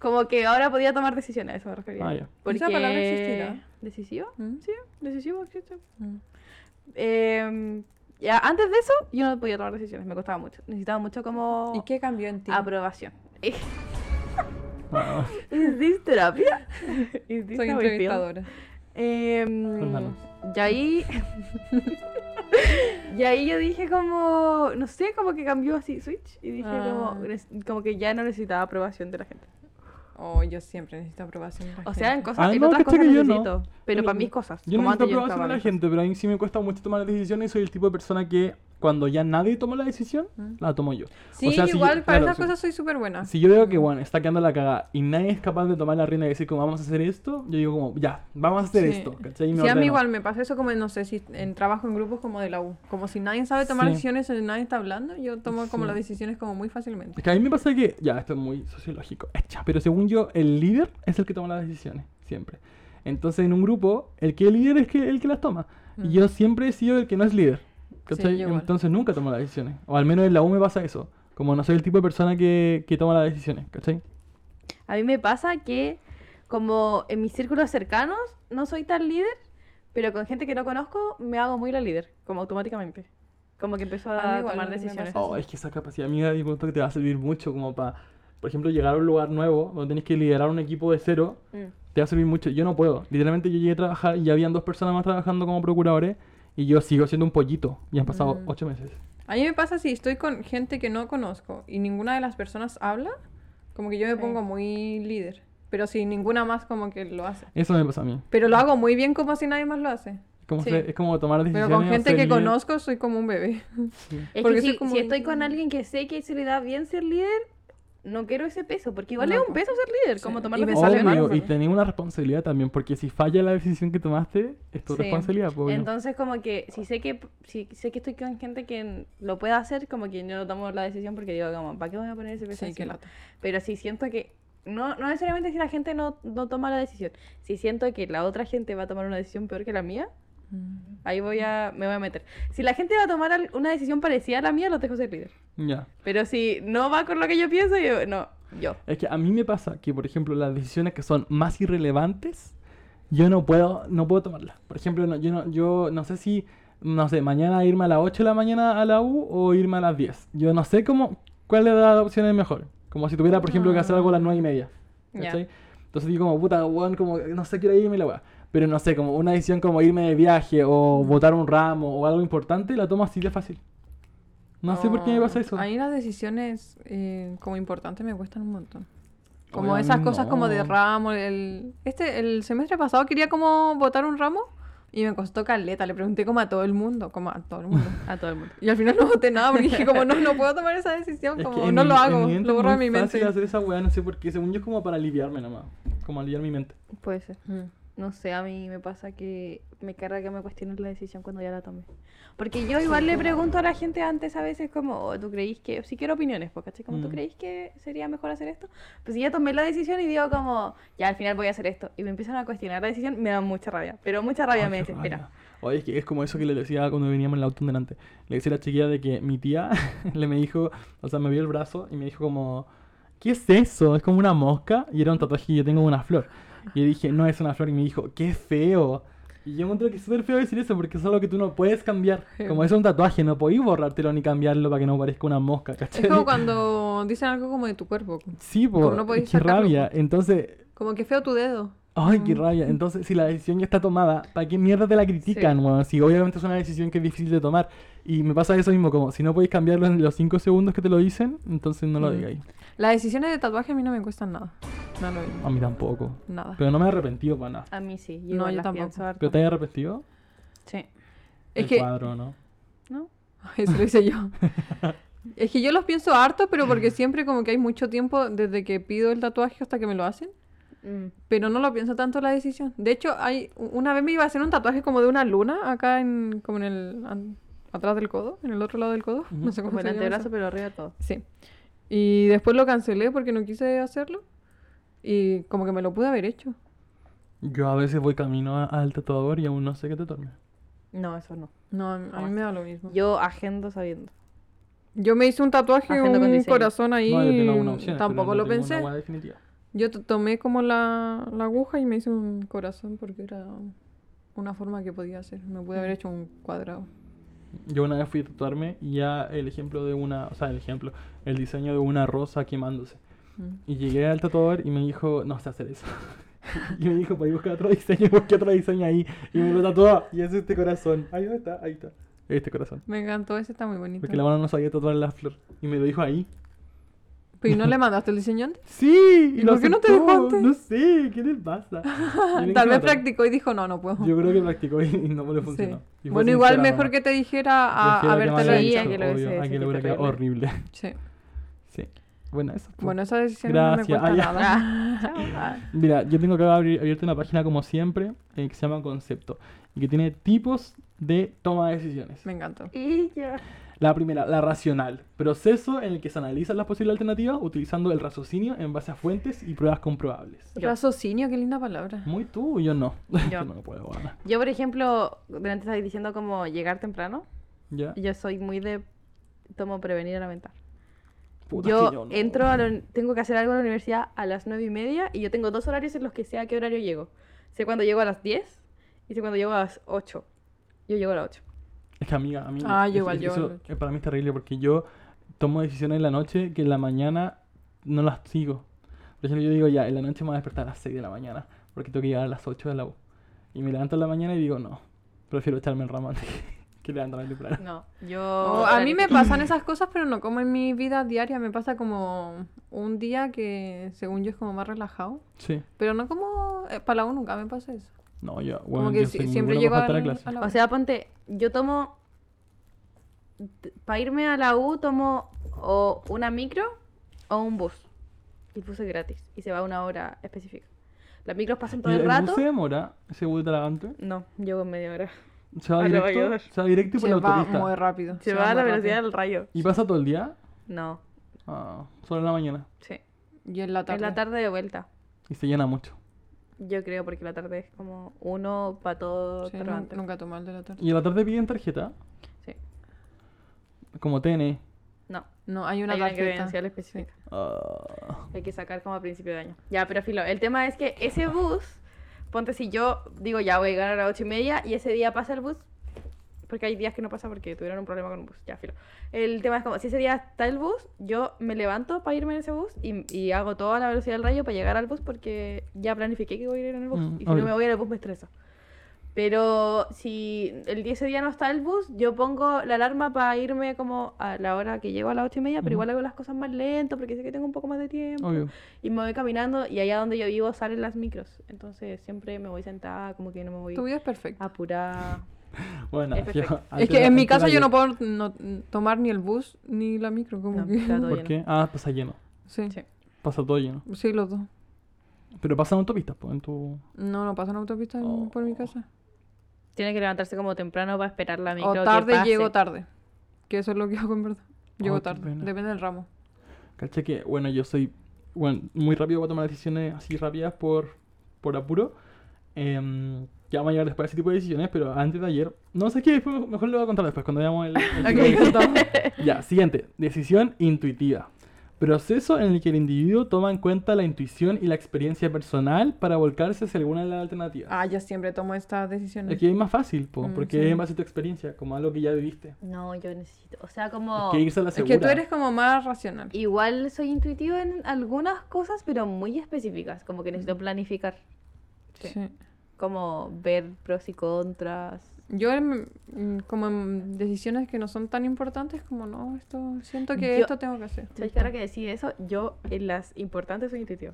Speaker 3: como que ahora podía tomar decisiones, a eso me refería.
Speaker 1: Ah, ya.
Speaker 3: Porque...
Speaker 2: ¿Esa palabra existirá?
Speaker 3: ¿Decisiva?
Speaker 2: Mm.
Speaker 3: Sí, decisivo existe.
Speaker 2: Mm.
Speaker 3: Eh, ya, antes de eso, yo no podía tomar decisiones, me costaba mucho. Necesitaba mucho como
Speaker 2: ¿Y qué cambió en ti?
Speaker 3: aprobación. ¿Es
Speaker 1: Ah,
Speaker 3: this terapia? ¿Es this
Speaker 2: Soy
Speaker 3: how I feel?
Speaker 2: entrevistadora.
Speaker 3: Eh,
Speaker 1: Cuéntanos.
Speaker 3: y ahí. y ahí yo dije como. No sé, como que cambió así Switch. Y dije
Speaker 2: Ah.
Speaker 3: como, nec- como que ya no necesitaba aprobación de la gente.
Speaker 2: Oh, yo siempre necesito aprobación. de la
Speaker 3: O sea, en
Speaker 2: gente.
Speaker 3: cosas.
Speaker 1: Ah,
Speaker 3: en
Speaker 1: no,
Speaker 3: otras
Speaker 1: caché
Speaker 3: cosas
Speaker 1: que yo no.
Speaker 3: necesito. Pero
Speaker 1: Yo
Speaker 3: para
Speaker 1: no-
Speaker 3: mis cosas.
Speaker 1: Yo no necesito
Speaker 3: como antes yo
Speaker 1: aprobación de
Speaker 3: estaba
Speaker 1: la
Speaker 3: bien.
Speaker 1: gente, pero a mí sí me cuesta mucho tomar decisiones y soy el tipo de persona que cuando ya nadie toma la decisión,
Speaker 2: Mm. Ah.
Speaker 1: la tomo yo.
Speaker 2: Sí,
Speaker 1: sea, si yo-
Speaker 2: igual para
Speaker 1: claro,
Speaker 2: esas
Speaker 1: sí.
Speaker 2: cosas soy súper buena.
Speaker 1: Si yo veo que, bueno, está quedando la cagada y nadie es capaz de tomar la rienda y decir, como, vamos a hacer esto, yo digo, como, ya, vamos a hacer
Speaker 2: Sí.
Speaker 1: esto, ¿cachai? Y me
Speaker 2: Sí, a mí
Speaker 1: ordeno.
Speaker 2: igual me pasa eso como, en, no sé, si en trabajo en grupos como de la U. Como si nadie sabe tomar
Speaker 1: Sí.
Speaker 2: decisiones o nadie está hablando, yo tomo como
Speaker 1: Sí.
Speaker 2: las decisiones como muy fácilmente.
Speaker 1: Es que a mí me pasa que, ya, esto es muy sociológico, echa, pero según yo, el líder es el que toma las decisiones, siempre. Entonces, en un grupo, el que es líder es que, el que las toma.
Speaker 2: Mm.
Speaker 1: Y yo siempre he sido el que no es líder, ¿cachai?
Speaker 2: yo igual.
Speaker 1: Entonces nunca tomo las decisiones. O al menos en la U me pasa eso. Como no soy el tipo de persona que, que toma las decisiones, ¿cachai?
Speaker 3: A mí me pasa que, como en mis círculos cercanos, no soy tan líder, pero con gente que no conozco, me hago muy la líder, como automáticamente. Como que empezó
Speaker 2: A mí
Speaker 3: a,
Speaker 2: igual
Speaker 3: tomar
Speaker 2: me
Speaker 3: decisiones.
Speaker 2: pasa.
Speaker 1: Oh, es que esa capacidad amiga yo encuentro que te va a servir mucho como para, por ejemplo, llegar a un lugar nuevo donde tenés que liderar un equipo de cero,
Speaker 3: Mm.
Speaker 1: te va a servir mucho. Yo no puedo. Literalmente yo llegué a trabajar y ya habían dos personas más trabajando como procuradores y yo sigo siendo un pollito. Y han pasado
Speaker 2: Mm.
Speaker 1: ocho meses.
Speaker 2: A mí me pasa si estoy con gente que no conozco y ninguna de las personas habla, como que yo me
Speaker 3: Sí.
Speaker 2: pongo muy líder. Pero si ninguna más como que lo hace.
Speaker 1: Eso me pasa a mí.
Speaker 2: Pero lo hago muy bien como si nadie más lo hace.
Speaker 1: Como
Speaker 3: Sí.
Speaker 1: se- es como tomar decisiones.
Speaker 2: Pero con gente
Speaker 1: ser
Speaker 2: que
Speaker 1: líder.
Speaker 2: conozco soy como un bebé.
Speaker 1: Sí.
Speaker 3: Es
Speaker 2: Porque
Speaker 3: que
Speaker 2: soy
Speaker 3: si,
Speaker 2: como
Speaker 3: si
Speaker 2: un-
Speaker 3: estoy con alguien que sé que se le da bien ser líder, no quiero ese peso, porque igual
Speaker 2: No,
Speaker 3: es
Speaker 2: po.
Speaker 3: un peso ser líder,
Speaker 2: Sí.
Speaker 3: como tomar
Speaker 2: Y me
Speaker 3: decisiones.
Speaker 2: sale mal,
Speaker 1: Obvio,
Speaker 2: ¿no?
Speaker 1: y tenés una responsabilidad también, porque si falla la decisión que tomaste, es tu
Speaker 3: Sí.
Speaker 1: responsabilidad. pues, obvio.
Speaker 3: Entonces como que si sé que si sé que estoy con gente que n- lo pueda hacer, como que yo no tomo la decisión porque digo, como, ¿para qué voy a poner ese peso?
Speaker 2: Sí, qué
Speaker 3: encima?
Speaker 2: lata.
Speaker 3: Pero si siento que no, no necesariamente si la gente no, no toma la decisión, si siento que la otra gente va a tomar una decisión peor que la mía,
Speaker 1: Mm.
Speaker 3: ahí voy a me voy a meter. Si la gente va a tomar al- una decisión parecida a la mía, lo dejo ser líder.
Speaker 1: Ya.
Speaker 3: Pero si no va con lo que yo pienso, yo no, yo.
Speaker 1: Es que a mí me pasa que, por ejemplo, las decisiones que son más irrelevantes, yo no puedo, no puedo tomarlas. Por ejemplo, no- yo, no, yo no sé si, no sé, mañana irme a las 8 de la mañana a la U o irme a las 10. Yo no sé cómo, cuál de las opciones es mejor. Como si tuviera, por ejemplo, que hacer algo a las 9 y media.
Speaker 2: Ya.
Speaker 1: ¿cachai? Entonces digo como, puta, weón, como, no sé, quiero irme y la weá. Pero no sé, como una decisión como irme de viaje
Speaker 2: Mm.
Speaker 1: o botar un ramo o algo importante, la tomo así de fácil. No sé por qué
Speaker 2: Oh,
Speaker 1: me pasa eso.
Speaker 2: A mí las decisiones eh, como importantes me cuestan un montón. Como
Speaker 1: Oye, a mí
Speaker 2: esas cosas como de
Speaker 1: no.
Speaker 2: ramo. El, este, el semestre pasado quería como botar un ramo y me costó caleta. Le pregunté como a todo el mundo, como a todo el mundo.
Speaker 3: A todo el mundo.
Speaker 2: Y al final no voté nada porque dije como no, no puedo tomar esa decisión,
Speaker 1: Es que
Speaker 2: Ah, como
Speaker 1: en
Speaker 2: no
Speaker 1: mi-
Speaker 2: lo
Speaker 1: en
Speaker 2: hago,
Speaker 1: mi mente
Speaker 2: lo
Speaker 1: es
Speaker 2: borro de
Speaker 1: muy
Speaker 2: mi
Speaker 1: fácil
Speaker 2: mente.
Speaker 1: hacer esa weá, no sé por qué. Según yo es como para aliviarme nomás. Como aliviar mi mente.
Speaker 3: Puede ser.
Speaker 2: Mm.
Speaker 3: No sé, a mí me pasa que me carga que me cuestionen la decisión cuando ya la tomé. Porque yo igual le pregunto a la gente antes a veces como, oh, ¿tú creís que, si quiero opiniones, pues, ¿cachai? Como, ¿tú
Speaker 1: Mm.
Speaker 3: creís que sería mejor hacer esto? Pues si ya tomé la decisión y digo como, ya al final voy a hacer esto. Y me empiezan a cuestionar la decisión, me da mucha rabia. Pero mucha rabia
Speaker 1: Ay,
Speaker 3: me
Speaker 1: qué
Speaker 3: desespera.
Speaker 1: rabia. Oye, es que es como eso que le decía cuando veníamos en el auto en delante. Le decía a la chiquilla de que mi tía le me dijo, o sea, me vio el brazo y me dijo como, ¿qué es eso? Es como una mosca y era un tatuaje y yo tengo una flor. Y yo dije, no es una flor y me dijo, qué feo. Y yo encuentro que es súper feo decir eso porque es algo que tú no puedes cambiar.
Speaker 2: Feo.
Speaker 1: Como es un tatuaje, no podéis borrártelo ni cambiarlo para que no parezca una mosca, ¿cachai?
Speaker 2: Es como cuando dicen algo como de tu cuerpo,
Speaker 1: Sí,
Speaker 2: como
Speaker 1: por
Speaker 2: no podéis
Speaker 1: qué
Speaker 2: sacarlo,
Speaker 1: rabia. Entonces,
Speaker 2: como que feo tu dedo.
Speaker 1: Ay, qué rabia. Entonces, si la decisión ya está tomada, ¿para qué mierda te la critican? weón? si obviamente es una decisión que es difícil de tomar. Y me pasa eso mismo, como si no podéis cambiarlo en los 5 segundos que te lo dicen, entonces no lo
Speaker 2: Mm.
Speaker 1: digáis.
Speaker 2: Las decisiones de tatuaje a mí no me cuestan nada. No lo digo,
Speaker 1: A mí tampoco.
Speaker 2: nada.
Speaker 1: Pero no me he arrepentido para nada.
Speaker 3: A mí sí.
Speaker 2: No,
Speaker 3: igual
Speaker 2: yo
Speaker 3: las
Speaker 2: tampoco.
Speaker 3: pienso harto.
Speaker 1: ¿Pero te has arrepentido?
Speaker 3: Sí.
Speaker 2: Es
Speaker 1: El
Speaker 2: que
Speaker 1: cuadro, ¿no?
Speaker 3: ¿No?
Speaker 2: Eso lo hice yo. es que yo los pienso harto, pero porque siempre como que hay mucho tiempo desde que pido el tatuaje hasta que me lo hacen.
Speaker 3: Mm.
Speaker 2: Pero no lo pienso tanto la decisión. De hecho, hay u- una vez me iba a hacer un tatuaje como de una luna acá en como en el an- atrás del codo, en el otro lado del codo,
Speaker 1: Ujú.
Speaker 2: no sé cómo
Speaker 3: Como el
Speaker 2: se llama eso.
Speaker 3: antebrazo, pero arriba todo.
Speaker 2: Sí. Y después lo cancelé porque no quise hacerlo y como que me lo pude haber hecho.
Speaker 1: Yo a veces voy camino a- al tatuador y aún no sé qué tatuarme.
Speaker 3: No, eso no.
Speaker 2: No, a mí, a mí me da lo mismo. Yo,
Speaker 3: Ah. Yo agendo sabiendo.
Speaker 2: me hice un tatuaje
Speaker 3: Agenda con
Speaker 2: un
Speaker 3: diseño.
Speaker 2: corazón ahí.
Speaker 1: No, yo tengo una opción.
Speaker 2: tampoco lo pensé.
Speaker 1: Una hueá definitiva.
Speaker 2: Yo to- tomé como la, la aguja y me hice un corazón porque era una forma que podía hacer. Me pude
Speaker 1: Mm.
Speaker 2: haber hecho un cuadrado.
Speaker 1: Yo una vez fui a tatuarme y ya el ejemplo de una, o sea, el ejemplo, el diseño de una rosa quemándose.
Speaker 2: Mm.
Speaker 1: Y llegué al tatuador y me dijo, no sé hacer eso. y me dijo, podéis buscar otro diseño, busqué otro diseño ahí. Y me lo tatuó. Y es este corazón. Ahí ¿dónde está, ahí está. Este corazón.
Speaker 2: Me encantó, ese está muy bonito.
Speaker 1: Porque la mano no sabía tatuar la flor. Y me lo dijo ahí.
Speaker 2: Pero ¿y no le mandaste el diseño antes?
Speaker 1: Sí, y
Speaker 2: ¿Y
Speaker 1: lo
Speaker 2: por qué no te
Speaker 1: aceptó.
Speaker 2: dejó antes?
Speaker 1: No sé, ¿qué le pasa? Y le
Speaker 2: Tal
Speaker 1: dije,
Speaker 2: vez
Speaker 1: "No,
Speaker 2: practicó y dijo, no, no puedo.
Speaker 1: Yo creo que practicó y, y no le
Speaker 2: Sí.
Speaker 1: funcionó. Y fue
Speaker 2: Bueno, igual
Speaker 1: sincera,
Speaker 2: mejor
Speaker 1: mamá.
Speaker 2: que te dijera a,
Speaker 1: Prefiero
Speaker 2: a
Speaker 1: que me
Speaker 2: haberte
Speaker 1: haya
Speaker 3: Sí,
Speaker 1: dicho,
Speaker 3: a que lo
Speaker 1: obvio,
Speaker 3: hubiese
Speaker 1: ah, a
Speaker 3: hecho,
Speaker 1: que
Speaker 3: que
Speaker 1: le hubiera quedado horrible.
Speaker 2: Sí.
Speaker 1: Sí. Bueno, eso. fue.
Speaker 2: Bueno, esa decisión
Speaker 1: Gracias.
Speaker 2: no
Speaker 1: Ah,
Speaker 2: me
Speaker 1: ya.
Speaker 2: cuesta nada.
Speaker 1: Mira, yo tengo que abrir, abierto una página como siempre eh, que se llama Concepto y que tiene tipos de toma de decisiones.
Speaker 2: me encantó.
Speaker 3: Y ya.
Speaker 1: La primera, la racional, proceso en el que se analizan las posibles alternativas utilizando el raciocinio en base a fuentes y pruebas comprobables.
Speaker 3: Yo.
Speaker 2: Raciocinio, qué linda palabra.
Speaker 1: Muy tú, yo no.
Speaker 3: Yo.
Speaker 1: no lo puedo guardar.
Speaker 3: Yo, por ejemplo, durante estabas diciendo como llegar temprano.
Speaker 1: Ya.
Speaker 3: Yo soy muy de tomo prevenir a lamentar.
Speaker 1: Puta, es
Speaker 3: yo
Speaker 1: que no.
Speaker 3: entro a la- tengo que hacer algo en la universidad a las nueve y media y yo tengo dos horarios en los que sé a qué horario llego. Sé cuando llego a las 10 y sé cuando llego a las 8. Yo llego a las 8.
Speaker 1: Es que amiga, a mí.
Speaker 2: Ah, yo
Speaker 1: es-
Speaker 2: igual,
Speaker 1: es-
Speaker 2: yo-
Speaker 1: eso, eh, para mí es terrible porque yo tomo decisiones en la noche que en la mañana no las sigo. Por ejemplo, yo digo ya, en la noche me voy a despertar a las 6 de la mañana porque tengo que llegar a las 8 de la U. Y me levanto en la mañana y digo, no, prefiero echarme el ramo antes que- que levantarme temprano.
Speaker 4: No,
Speaker 2: Oh,
Speaker 4: yo.
Speaker 2: a mí me pasan esas cosas, pero no como en mi vida diaria. Me pasa como un día que, según yo, es como más relajado.
Speaker 1: Sí,
Speaker 2: Pero no como. eh, para la U nunca me pasa eso.
Speaker 1: no, yo,
Speaker 2: Como
Speaker 1: bueno,
Speaker 2: que
Speaker 1: yo
Speaker 2: si-
Speaker 1: soy muy
Speaker 2: siempre
Speaker 1: bueno para
Speaker 2: llego
Speaker 1: faltar a
Speaker 2: al-
Speaker 1: clase.
Speaker 2: a la-
Speaker 3: O sea, ponte, yo tomo. Para irme a la U, tomo o una micro o un bus. El bus es gratis y se va a una hora específica. Las micros pasan todo
Speaker 1: ¿Y
Speaker 3: el,
Speaker 1: bus
Speaker 3: rato.
Speaker 1: se demora? ¿Se vuelve adelante?
Speaker 3: No, llego en media hora.
Speaker 1: ¿Se va
Speaker 3: A la
Speaker 1: directo?
Speaker 3: Valladolid.
Speaker 1: ¿Se va directo y por
Speaker 2: se
Speaker 1: la
Speaker 2: va
Speaker 1: autopista?
Speaker 2: muy rápido.
Speaker 3: Se, va a la
Speaker 2: muy
Speaker 3: velocidad
Speaker 2: rápido.
Speaker 3: del rayo.
Speaker 1: ¿Y pasa todo el día?
Speaker 3: No,
Speaker 1: Ah, solo en la mañana.
Speaker 3: sí.
Speaker 2: Y en la tarde.
Speaker 3: Es la tarde de vuelta.
Speaker 1: Y se llena mucho.
Speaker 3: Yo creo porque la tarde es como uno para todo
Speaker 2: Sí,
Speaker 3: pero
Speaker 2: nun-
Speaker 3: antes.
Speaker 2: nunca tomo el de la tarde.
Speaker 1: ¿Y en la tarde piden tarjeta?
Speaker 3: Sí.
Speaker 1: Como TN.
Speaker 3: No,
Speaker 2: No, hay una
Speaker 3: hay una
Speaker 2: tarjeta.
Speaker 3: credencial específica.
Speaker 1: Ah,
Speaker 3: Hay que sacar como a principio de año. Ya, pero filo, el tema es que ese bus, ponte si yo digo ya voy a llegar a las ocho y media y ese día pasa el bus, porque hay días que no pasa porque tuvieron un problema con un bus, ya, filo. El tema es como, si ese día está el bus, yo me levanto para irme en ese bus y, y hago toda la velocidad del rayo para llegar al bus porque ya planifiqué que voy a ir en el bus.
Speaker 1: Mm,
Speaker 3: y si
Speaker 1: obvio.
Speaker 3: no me voy en el bus me estreso. Pero si el día ese día no está el bus, yo pongo la alarma para irme como a la hora que llego a las ocho y media, pero
Speaker 1: Ujú.
Speaker 3: igual hago las cosas más lento porque sé que tengo un poco más de tiempo.
Speaker 1: obvio.
Speaker 3: Y me voy caminando y allá donde yo vivo salen las micros. Entonces siempre me voy sentada, como que no me voy
Speaker 2: Tu vida es perfecta.
Speaker 3: apurada.
Speaker 1: Bueno,
Speaker 3: Es
Speaker 1: yo-
Speaker 3: perfecto.
Speaker 2: es
Speaker 1: antes
Speaker 2: que
Speaker 1: era-
Speaker 2: en mi
Speaker 1: antes
Speaker 2: casa
Speaker 1: era
Speaker 2: yo no puedo no- tomar ni el bus ni la micro. Como
Speaker 3: No,
Speaker 2: que-
Speaker 3: está todo
Speaker 1: ¿Por
Speaker 3: lleno.
Speaker 1: qué? Ah, pasa lleno.
Speaker 2: Sí.
Speaker 3: Sí.
Speaker 1: Pasa todo lleno.
Speaker 2: Sí, los dos.
Speaker 1: Pero pasa en autopistas, pues, en tu...
Speaker 2: No, no pasa una autopista en-
Speaker 1: Oh.
Speaker 2: por mi casa.
Speaker 3: Tiene que levantarse como temprano para esperar la micro.
Speaker 2: O
Speaker 3: que
Speaker 2: tarde,
Speaker 3: pase.
Speaker 2: llego tarde. Que eso es lo que hago en verdad. Llego
Speaker 1: Oh, qué
Speaker 2: tarde.
Speaker 1: pena.
Speaker 2: Depende del ramo.
Speaker 1: Caché que, bueno, yo soy bueno, muy rápido para tomar decisiones así rápidas por, por apuro. Em, ya vamos a llegar después a ese tipo de decisiones, pero antes de ayer... No sé qué, después, mejor lo voy a contar después, cuando veamos el... el tipo de- Ya, siguiente. Decisión intuitiva. Proceso en el que el individuo toma en cuenta la intuición y la experiencia personal para volcarse hacia alguna de las alternativas.
Speaker 2: Ah, yo siempre tomo estas decisiones.
Speaker 1: Es que es más fácil, po,
Speaker 2: Mm,
Speaker 1: porque
Speaker 2: sí.
Speaker 1: es en base a tu experiencia, como algo que ya viviste.
Speaker 3: No, yo necesito. O sea, como.
Speaker 1: Es que irse a la
Speaker 2: Oh, Es
Speaker 1: segura.
Speaker 2: que tú eres como más racional.
Speaker 3: Igual soy intuitiva en algunas cosas, pero muy específicas. Como que necesito planificar. Sí.
Speaker 2: Sí.
Speaker 3: Como ver pros y contras.
Speaker 2: Yo en- mm, como en decisiones que no son tan importantes como no, esto siento que
Speaker 3: Yo-
Speaker 2: esto tengo que hacer.
Speaker 3: ¿Sabes que ahora que decís eso? Yo en las importantes soy intuitiva.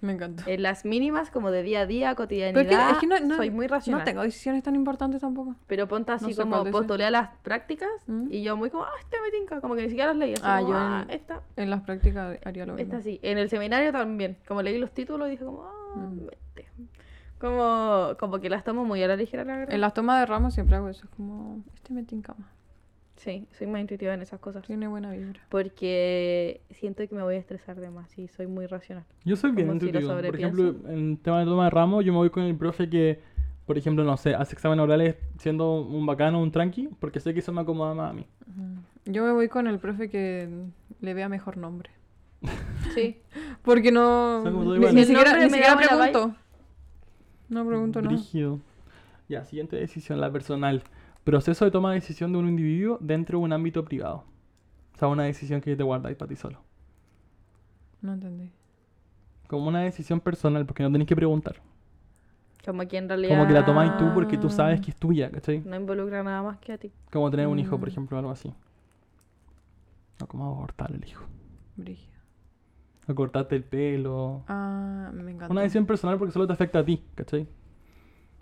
Speaker 2: Me encanta.
Speaker 3: En las mínimas, como de día a día,
Speaker 2: Pero
Speaker 3: cotidianidad.
Speaker 2: es que, es que no, no-
Speaker 3: soy muy racional.
Speaker 2: No tengo decisiones tan importantes tampoco.
Speaker 3: Pero ponte así
Speaker 2: No sé
Speaker 3: como
Speaker 2: cuál dice.
Speaker 3: postulé a las prácticas
Speaker 2: ¿Mm?
Speaker 3: y yo muy como, ah, este me tinca, como que ni siquiera las leí. Así
Speaker 2: Ah,
Speaker 3: como,
Speaker 2: yo
Speaker 3: "Ah,
Speaker 2: en-
Speaker 3: esta,
Speaker 2: En las prácticas haría lo mismo.
Speaker 3: esta sí. En el seminario también, como leí los títulos dije como, ah,
Speaker 2: Mm.
Speaker 3: este". Como, como que las tomo muy a la ligera, la verdad.
Speaker 2: En las tomas de ramos siempre hago eso. Es como, este mete en cama.
Speaker 3: Sí, soy más intuitiva en esas cosas.
Speaker 2: Tiene buena vibra.
Speaker 3: Porque siento que me voy a estresar de más y soy muy racional.
Speaker 1: Yo soy bien
Speaker 3: Como si lo
Speaker 1: intuitivo. Por
Speaker 3: sobrepienso.
Speaker 1: ejemplo, en tema de toma de ramo, yo me voy con el profe que, por ejemplo, no sé, hace exámenes orales siendo un bacano, un tranqui, porque sé que eso me acomoda más a mí.
Speaker 2: Yo me voy con el profe que le vea mejor nombre.
Speaker 3: Sí.
Speaker 2: Porque no.
Speaker 1: Son como todos
Speaker 2: Ni,
Speaker 1: iguales.
Speaker 2: ni siquiera,
Speaker 3: Nombre
Speaker 2: ni
Speaker 3: me
Speaker 2: siquiera
Speaker 3: da buena vibe.
Speaker 2: pregunto. No pregunto nada.
Speaker 1: Brígido. Ya, siguiente decisión, la personal. Proceso de toma de decisión de un individuo dentro de un ámbito privado. O sea, una decisión que te guardáis para ti solo.
Speaker 2: No entendí.
Speaker 1: Como una decisión personal, porque no tenés que preguntar.
Speaker 3: Como que en realidad...
Speaker 1: Como que la tomáis tú porque tú sabes que es tuya, ¿cachai?
Speaker 3: No involucra nada más que a ti.
Speaker 1: Como tener un hijo, por
Speaker 2: Mm.
Speaker 1: ejemplo, algo así. O como abortar el hijo.
Speaker 2: Brígido.
Speaker 1: O cortarte el pelo.
Speaker 2: Ah, me encanta.
Speaker 1: Una decisión personal porque solo te afecta a ti, ¿cachai?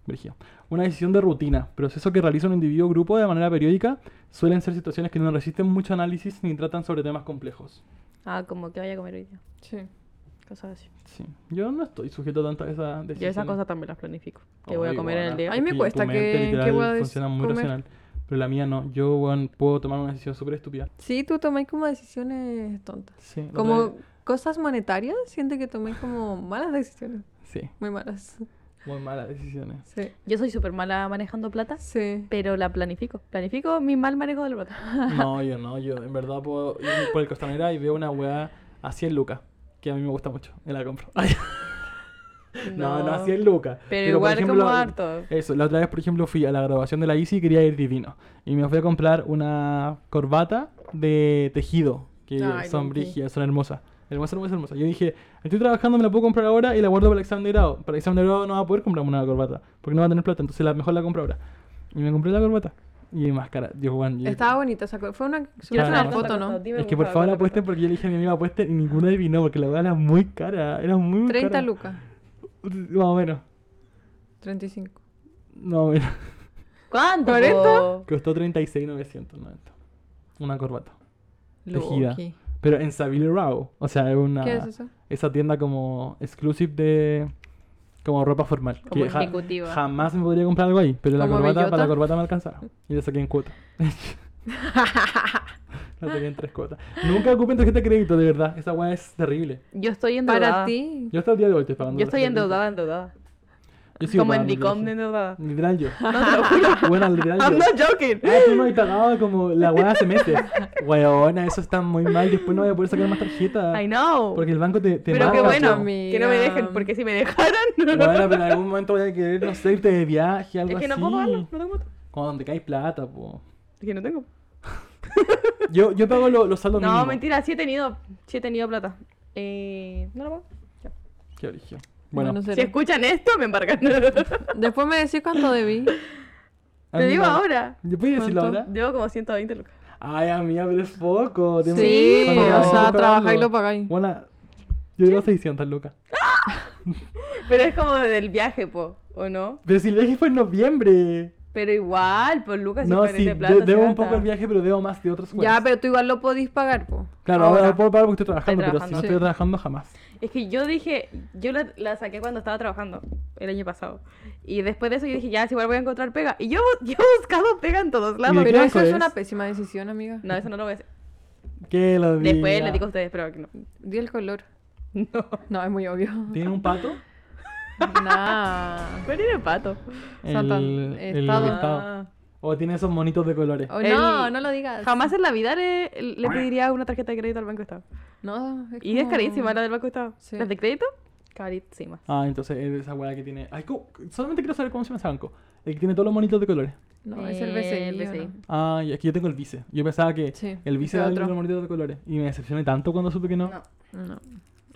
Speaker 1: Brígido. Una decisión de rutina. Proceso que realiza un individuo o grupo de manera periódica suelen ser situaciones que no resisten mucho análisis ni tratan sobre temas complejos.
Speaker 3: Ah, como que vaya a comer hoy día.
Speaker 2: Sí.
Speaker 3: Cosas así.
Speaker 1: Sí. Yo no estoy sujeto tanto a esa decisión.
Speaker 3: Yo esas cosas también las planifico. Que voy a comer en el día.
Speaker 2: A mí me cuesta que- que voy a des-
Speaker 1: funciona muy
Speaker 2: comer.
Speaker 1: racional. Pero la mía no. Yo, weón, puedo tomar una decisión súper estúpida.
Speaker 2: Sí, tú tomáis como decisiones tontas.
Speaker 1: Sí. la otra
Speaker 2: Como
Speaker 1: vez-
Speaker 2: cosas monetarias, siento que tomáis como malas decisiones.
Speaker 1: Sí.
Speaker 2: Muy malas.
Speaker 1: Muy malas decisiones.
Speaker 2: Sí.
Speaker 3: Yo soy súper mala manejando plata,
Speaker 2: Sí.
Speaker 3: pero la planifico. Planifico mi mal manejo de la plata.
Speaker 1: No, yo no, yo en verdad puedo ir por el Costanera y veo una weá a 100 lucas, que a mí me gusta mucho, y la compro. No, no,
Speaker 3: No.
Speaker 1: así es Luca.
Speaker 3: Pero igual como harto.
Speaker 1: Eso, la otra vez, por ejemplo, fui a la graduación de la ICI y quería ir divino. Y me fui a comprar una corbata de tejido, que
Speaker 3: Ay,
Speaker 1: son
Speaker 3: Luqui.
Speaker 1: brígidas, son hermosas. Hermosa, hermosa, hermosa. Yo dije, estoy trabajando, me la puedo comprar ahora y la guardo para el examen de grado. Para el examen de grado no va a poder comprarme una corbata, porque no va a tener plata, entonces la mejor la compro ahora. Y me compré la corbata. Y más cara. Dios, Juan. yo-
Speaker 2: Estaba bonito, o sea, fue una,
Speaker 1: Claro.
Speaker 2: subieron una
Speaker 1: Claro.
Speaker 2: foto, ¿no?
Speaker 1: es que por favor la apuesten porque yo le dije a mi amiga apuesten y ninguna adivinó porque la verdad era muy cara. Era muy, muy
Speaker 2: 30
Speaker 1: cara.
Speaker 2: lucas,
Speaker 1: Más o menos.
Speaker 2: 35.
Speaker 1: No, mira.
Speaker 3: ¿Cuánto?
Speaker 2: ¿Cuarenta?
Speaker 1: Costó 36,990. Una corbata. Tejida.
Speaker 2: Luqui.
Speaker 1: Pero en Savile Row. O sea, es una.
Speaker 2: ¿Qué es eso?
Speaker 1: Esa tienda como exclusive de. Como ropa formal.
Speaker 3: Como
Speaker 1: que ja-
Speaker 3: ejecutiva.
Speaker 1: jamás me podría comprar algo ahí. Pero la
Speaker 2: ¿Como
Speaker 1: corbata, para
Speaker 2: bellota?
Speaker 1: la corbata me alcanzaba. Y la saqué en cuota. la saqué en tres cuotas. Nunca ocupen tarjeta de crédito, de verdad. Esa weá es terrible.
Speaker 3: Yo estoy endeudada.
Speaker 2: Para ti.
Speaker 1: Yo hasta el día de hoy estoy pagando.
Speaker 3: Yo
Speaker 1: la
Speaker 3: estoy
Speaker 1: tarjeta de
Speaker 3: endeudada, endeudada.
Speaker 1: crédito. Yo sigo
Speaker 3: Como en
Speaker 1: pagando,
Speaker 3: Dicom de
Speaker 1: yo
Speaker 3: endeudada.
Speaker 1: sí. Literal yo.
Speaker 3: No, te lo juro.
Speaker 1: Bueno, literal yo.
Speaker 3: I'm not joking.
Speaker 1: Ah, tú no has pagado como la weá hace meses. Weona, eso está muy mal. Después no voy a poder sacar más tarjeta.
Speaker 3: I know.
Speaker 1: Porque el banco te, te
Speaker 3: Pero
Speaker 1: marca,
Speaker 3: qué bueno
Speaker 1: po.
Speaker 2: amiga.
Speaker 3: que no me dejen, porque si me dejaran...
Speaker 1: Bueno, pero en algún momento voy a querer, no sé, irte de viaje, algo
Speaker 3: es que no
Speaker 1: así.
Speaker 3: puedo pagarlo, no tengo moto.
Speaker 1: Como donde cae plata, po.
Speaker 3: Es que no tengo.
Speaker 1: Yo, yo pago lo- los saldos
Speaker 3: No,
Speaker 1: mínimos.
Speaker 3: mentira, sí he tenido, sí he tenido plata. Eh, no lo pago. Ya.
Speaker 1: Qué origen. Bueno,
Speaker 2: Bueno, no sé.
Speaker 3: Si escuchan esto, me embarcan.
Speaker 2: Después me decís cuánto debí.
Speaker 1: a
Speaker 3: Te
Speaker 1: mí
Speaker 3: digo
Speaker 1: me-
Speaker 3: ahora.
Speaker 1: ¿Yo puedo decirlo
Speaker 2: ¿Cuánto?
Speaker 1: ahora?
Speaker 3: Debo como 120 lucas.
Speaker 1: Ay, amiga, pero es poco. te-
Speaker 2: Sí,
Speaker 1: cuando
Speaker 2: o
Speaker 1: trabajas,
Speaker 2: sea,
Speaker 1: estás
Speaker 2: trabajáis y
Speaker 1: pagando.
Speaker 2: lo pagáis.
Speaker 1: Bueno, yo digo 600 lucas.
Speaker 3: Pero es como del viaje, po, ¿o no?
Speaker 1: Pero si el viaje fue en noviembre.
Speaker 3: Pero igual, por lucas,
Speaker 1: No,
Speaker 3: si
Speaker 1: sí,
Speaker 3: de plata.
Speaker 1: de- debo
Speaker 3: se
Speaker 1: un poco
Speaker 3: gasta.
Speaker 1: el viaje, pero debo más de otros
Speaker 2: Ya,
Speaker 1: juegos.
Speaker 2: pero tú igual lo podís pagar, po.
Speaker 1: Claro, ahora,
Speaker 3: Ahora.
Speaker 1: puedo pagar porque estoy trabajando,
Speaker 3: Estoy
Speaker 1: pero si no
Speaker 3: trabajando.
Speaker 1: estoy trabajando jamás.
Speaker 3: Es que yo dije, yo la, la saqué cuando estaba trabajando el año pasado. Y después de eso yo dije, ya, si igual voy a encontrar pega. Y yo, yo he buscado pega en todos lados.
Speaker 1: ¿Y de
Speaker 2: Pero
Speaker 1: qué
Speaker 2: eso
Speaker 1: banco
Speaker 2: es una
Speaker 1: es?
Speaker 2: pésima decisión, amiga.
Speaker 3: No, eso no lo voy a hacer.
Speaker 1: Que lo diga.
Speaker 3: Después le digo a ustedes, pero que no.
Speaker 2: Di el color.
Speaker 3: No.
Speaker 2: No, es muy obvio.
Speaker 1: ¿Tiene un pato?
Speaker 2: Nah.
Speaker 3: ¿Cuál era el pato?
Speaker 1: El,
Speaker 2: Santan-
Speaker 1: el
Speaker 2: estado.
Speaker 1: estado.
Speaker 3: Ah.
Speaker 1: O tiene esos monitos de colores.
Speaker 2: O
Speaker 3: El-
Speaker 2: No, no lo digas.
Speaker 3: Jamás en la vida le, le pediría una tarjeta de crédito al Banco Estado.
Speaker 2: No, es
Speaker 3: Y es
Speaker 2: como-
Speaker 3: carísima la del Banco Estado.
Speaker 2: Sí.
Speaker 3: Las de crédito, carísimas.
Speaker 1: Ah, entonces es de esa weá que tiene. Ay, ¿cómo? Solamente quiero saber cómo se llama ese banco. El que tiene todos los monitos de colores.
Speaker 2: No, es el
Speaker 3: Eh,
Speaker 2: BCI.
Speaker 3: el
Speaker 2: ¿o
Speaker 3: BCI.
Speaker 2: no?
Speaker 1: Ah, y aquí yo tengo el vice. Yo pensaba que
Speaker 2: Sí,
Speaker 1: el vice
Speaker 2: ese
Speaker 1: era el de
Speaker 2: otro.
Speaker 1: los monitos de colores. Y me decepcioné tanto cuando supe que no.
Speaker 3: No.
Speaker 2: No.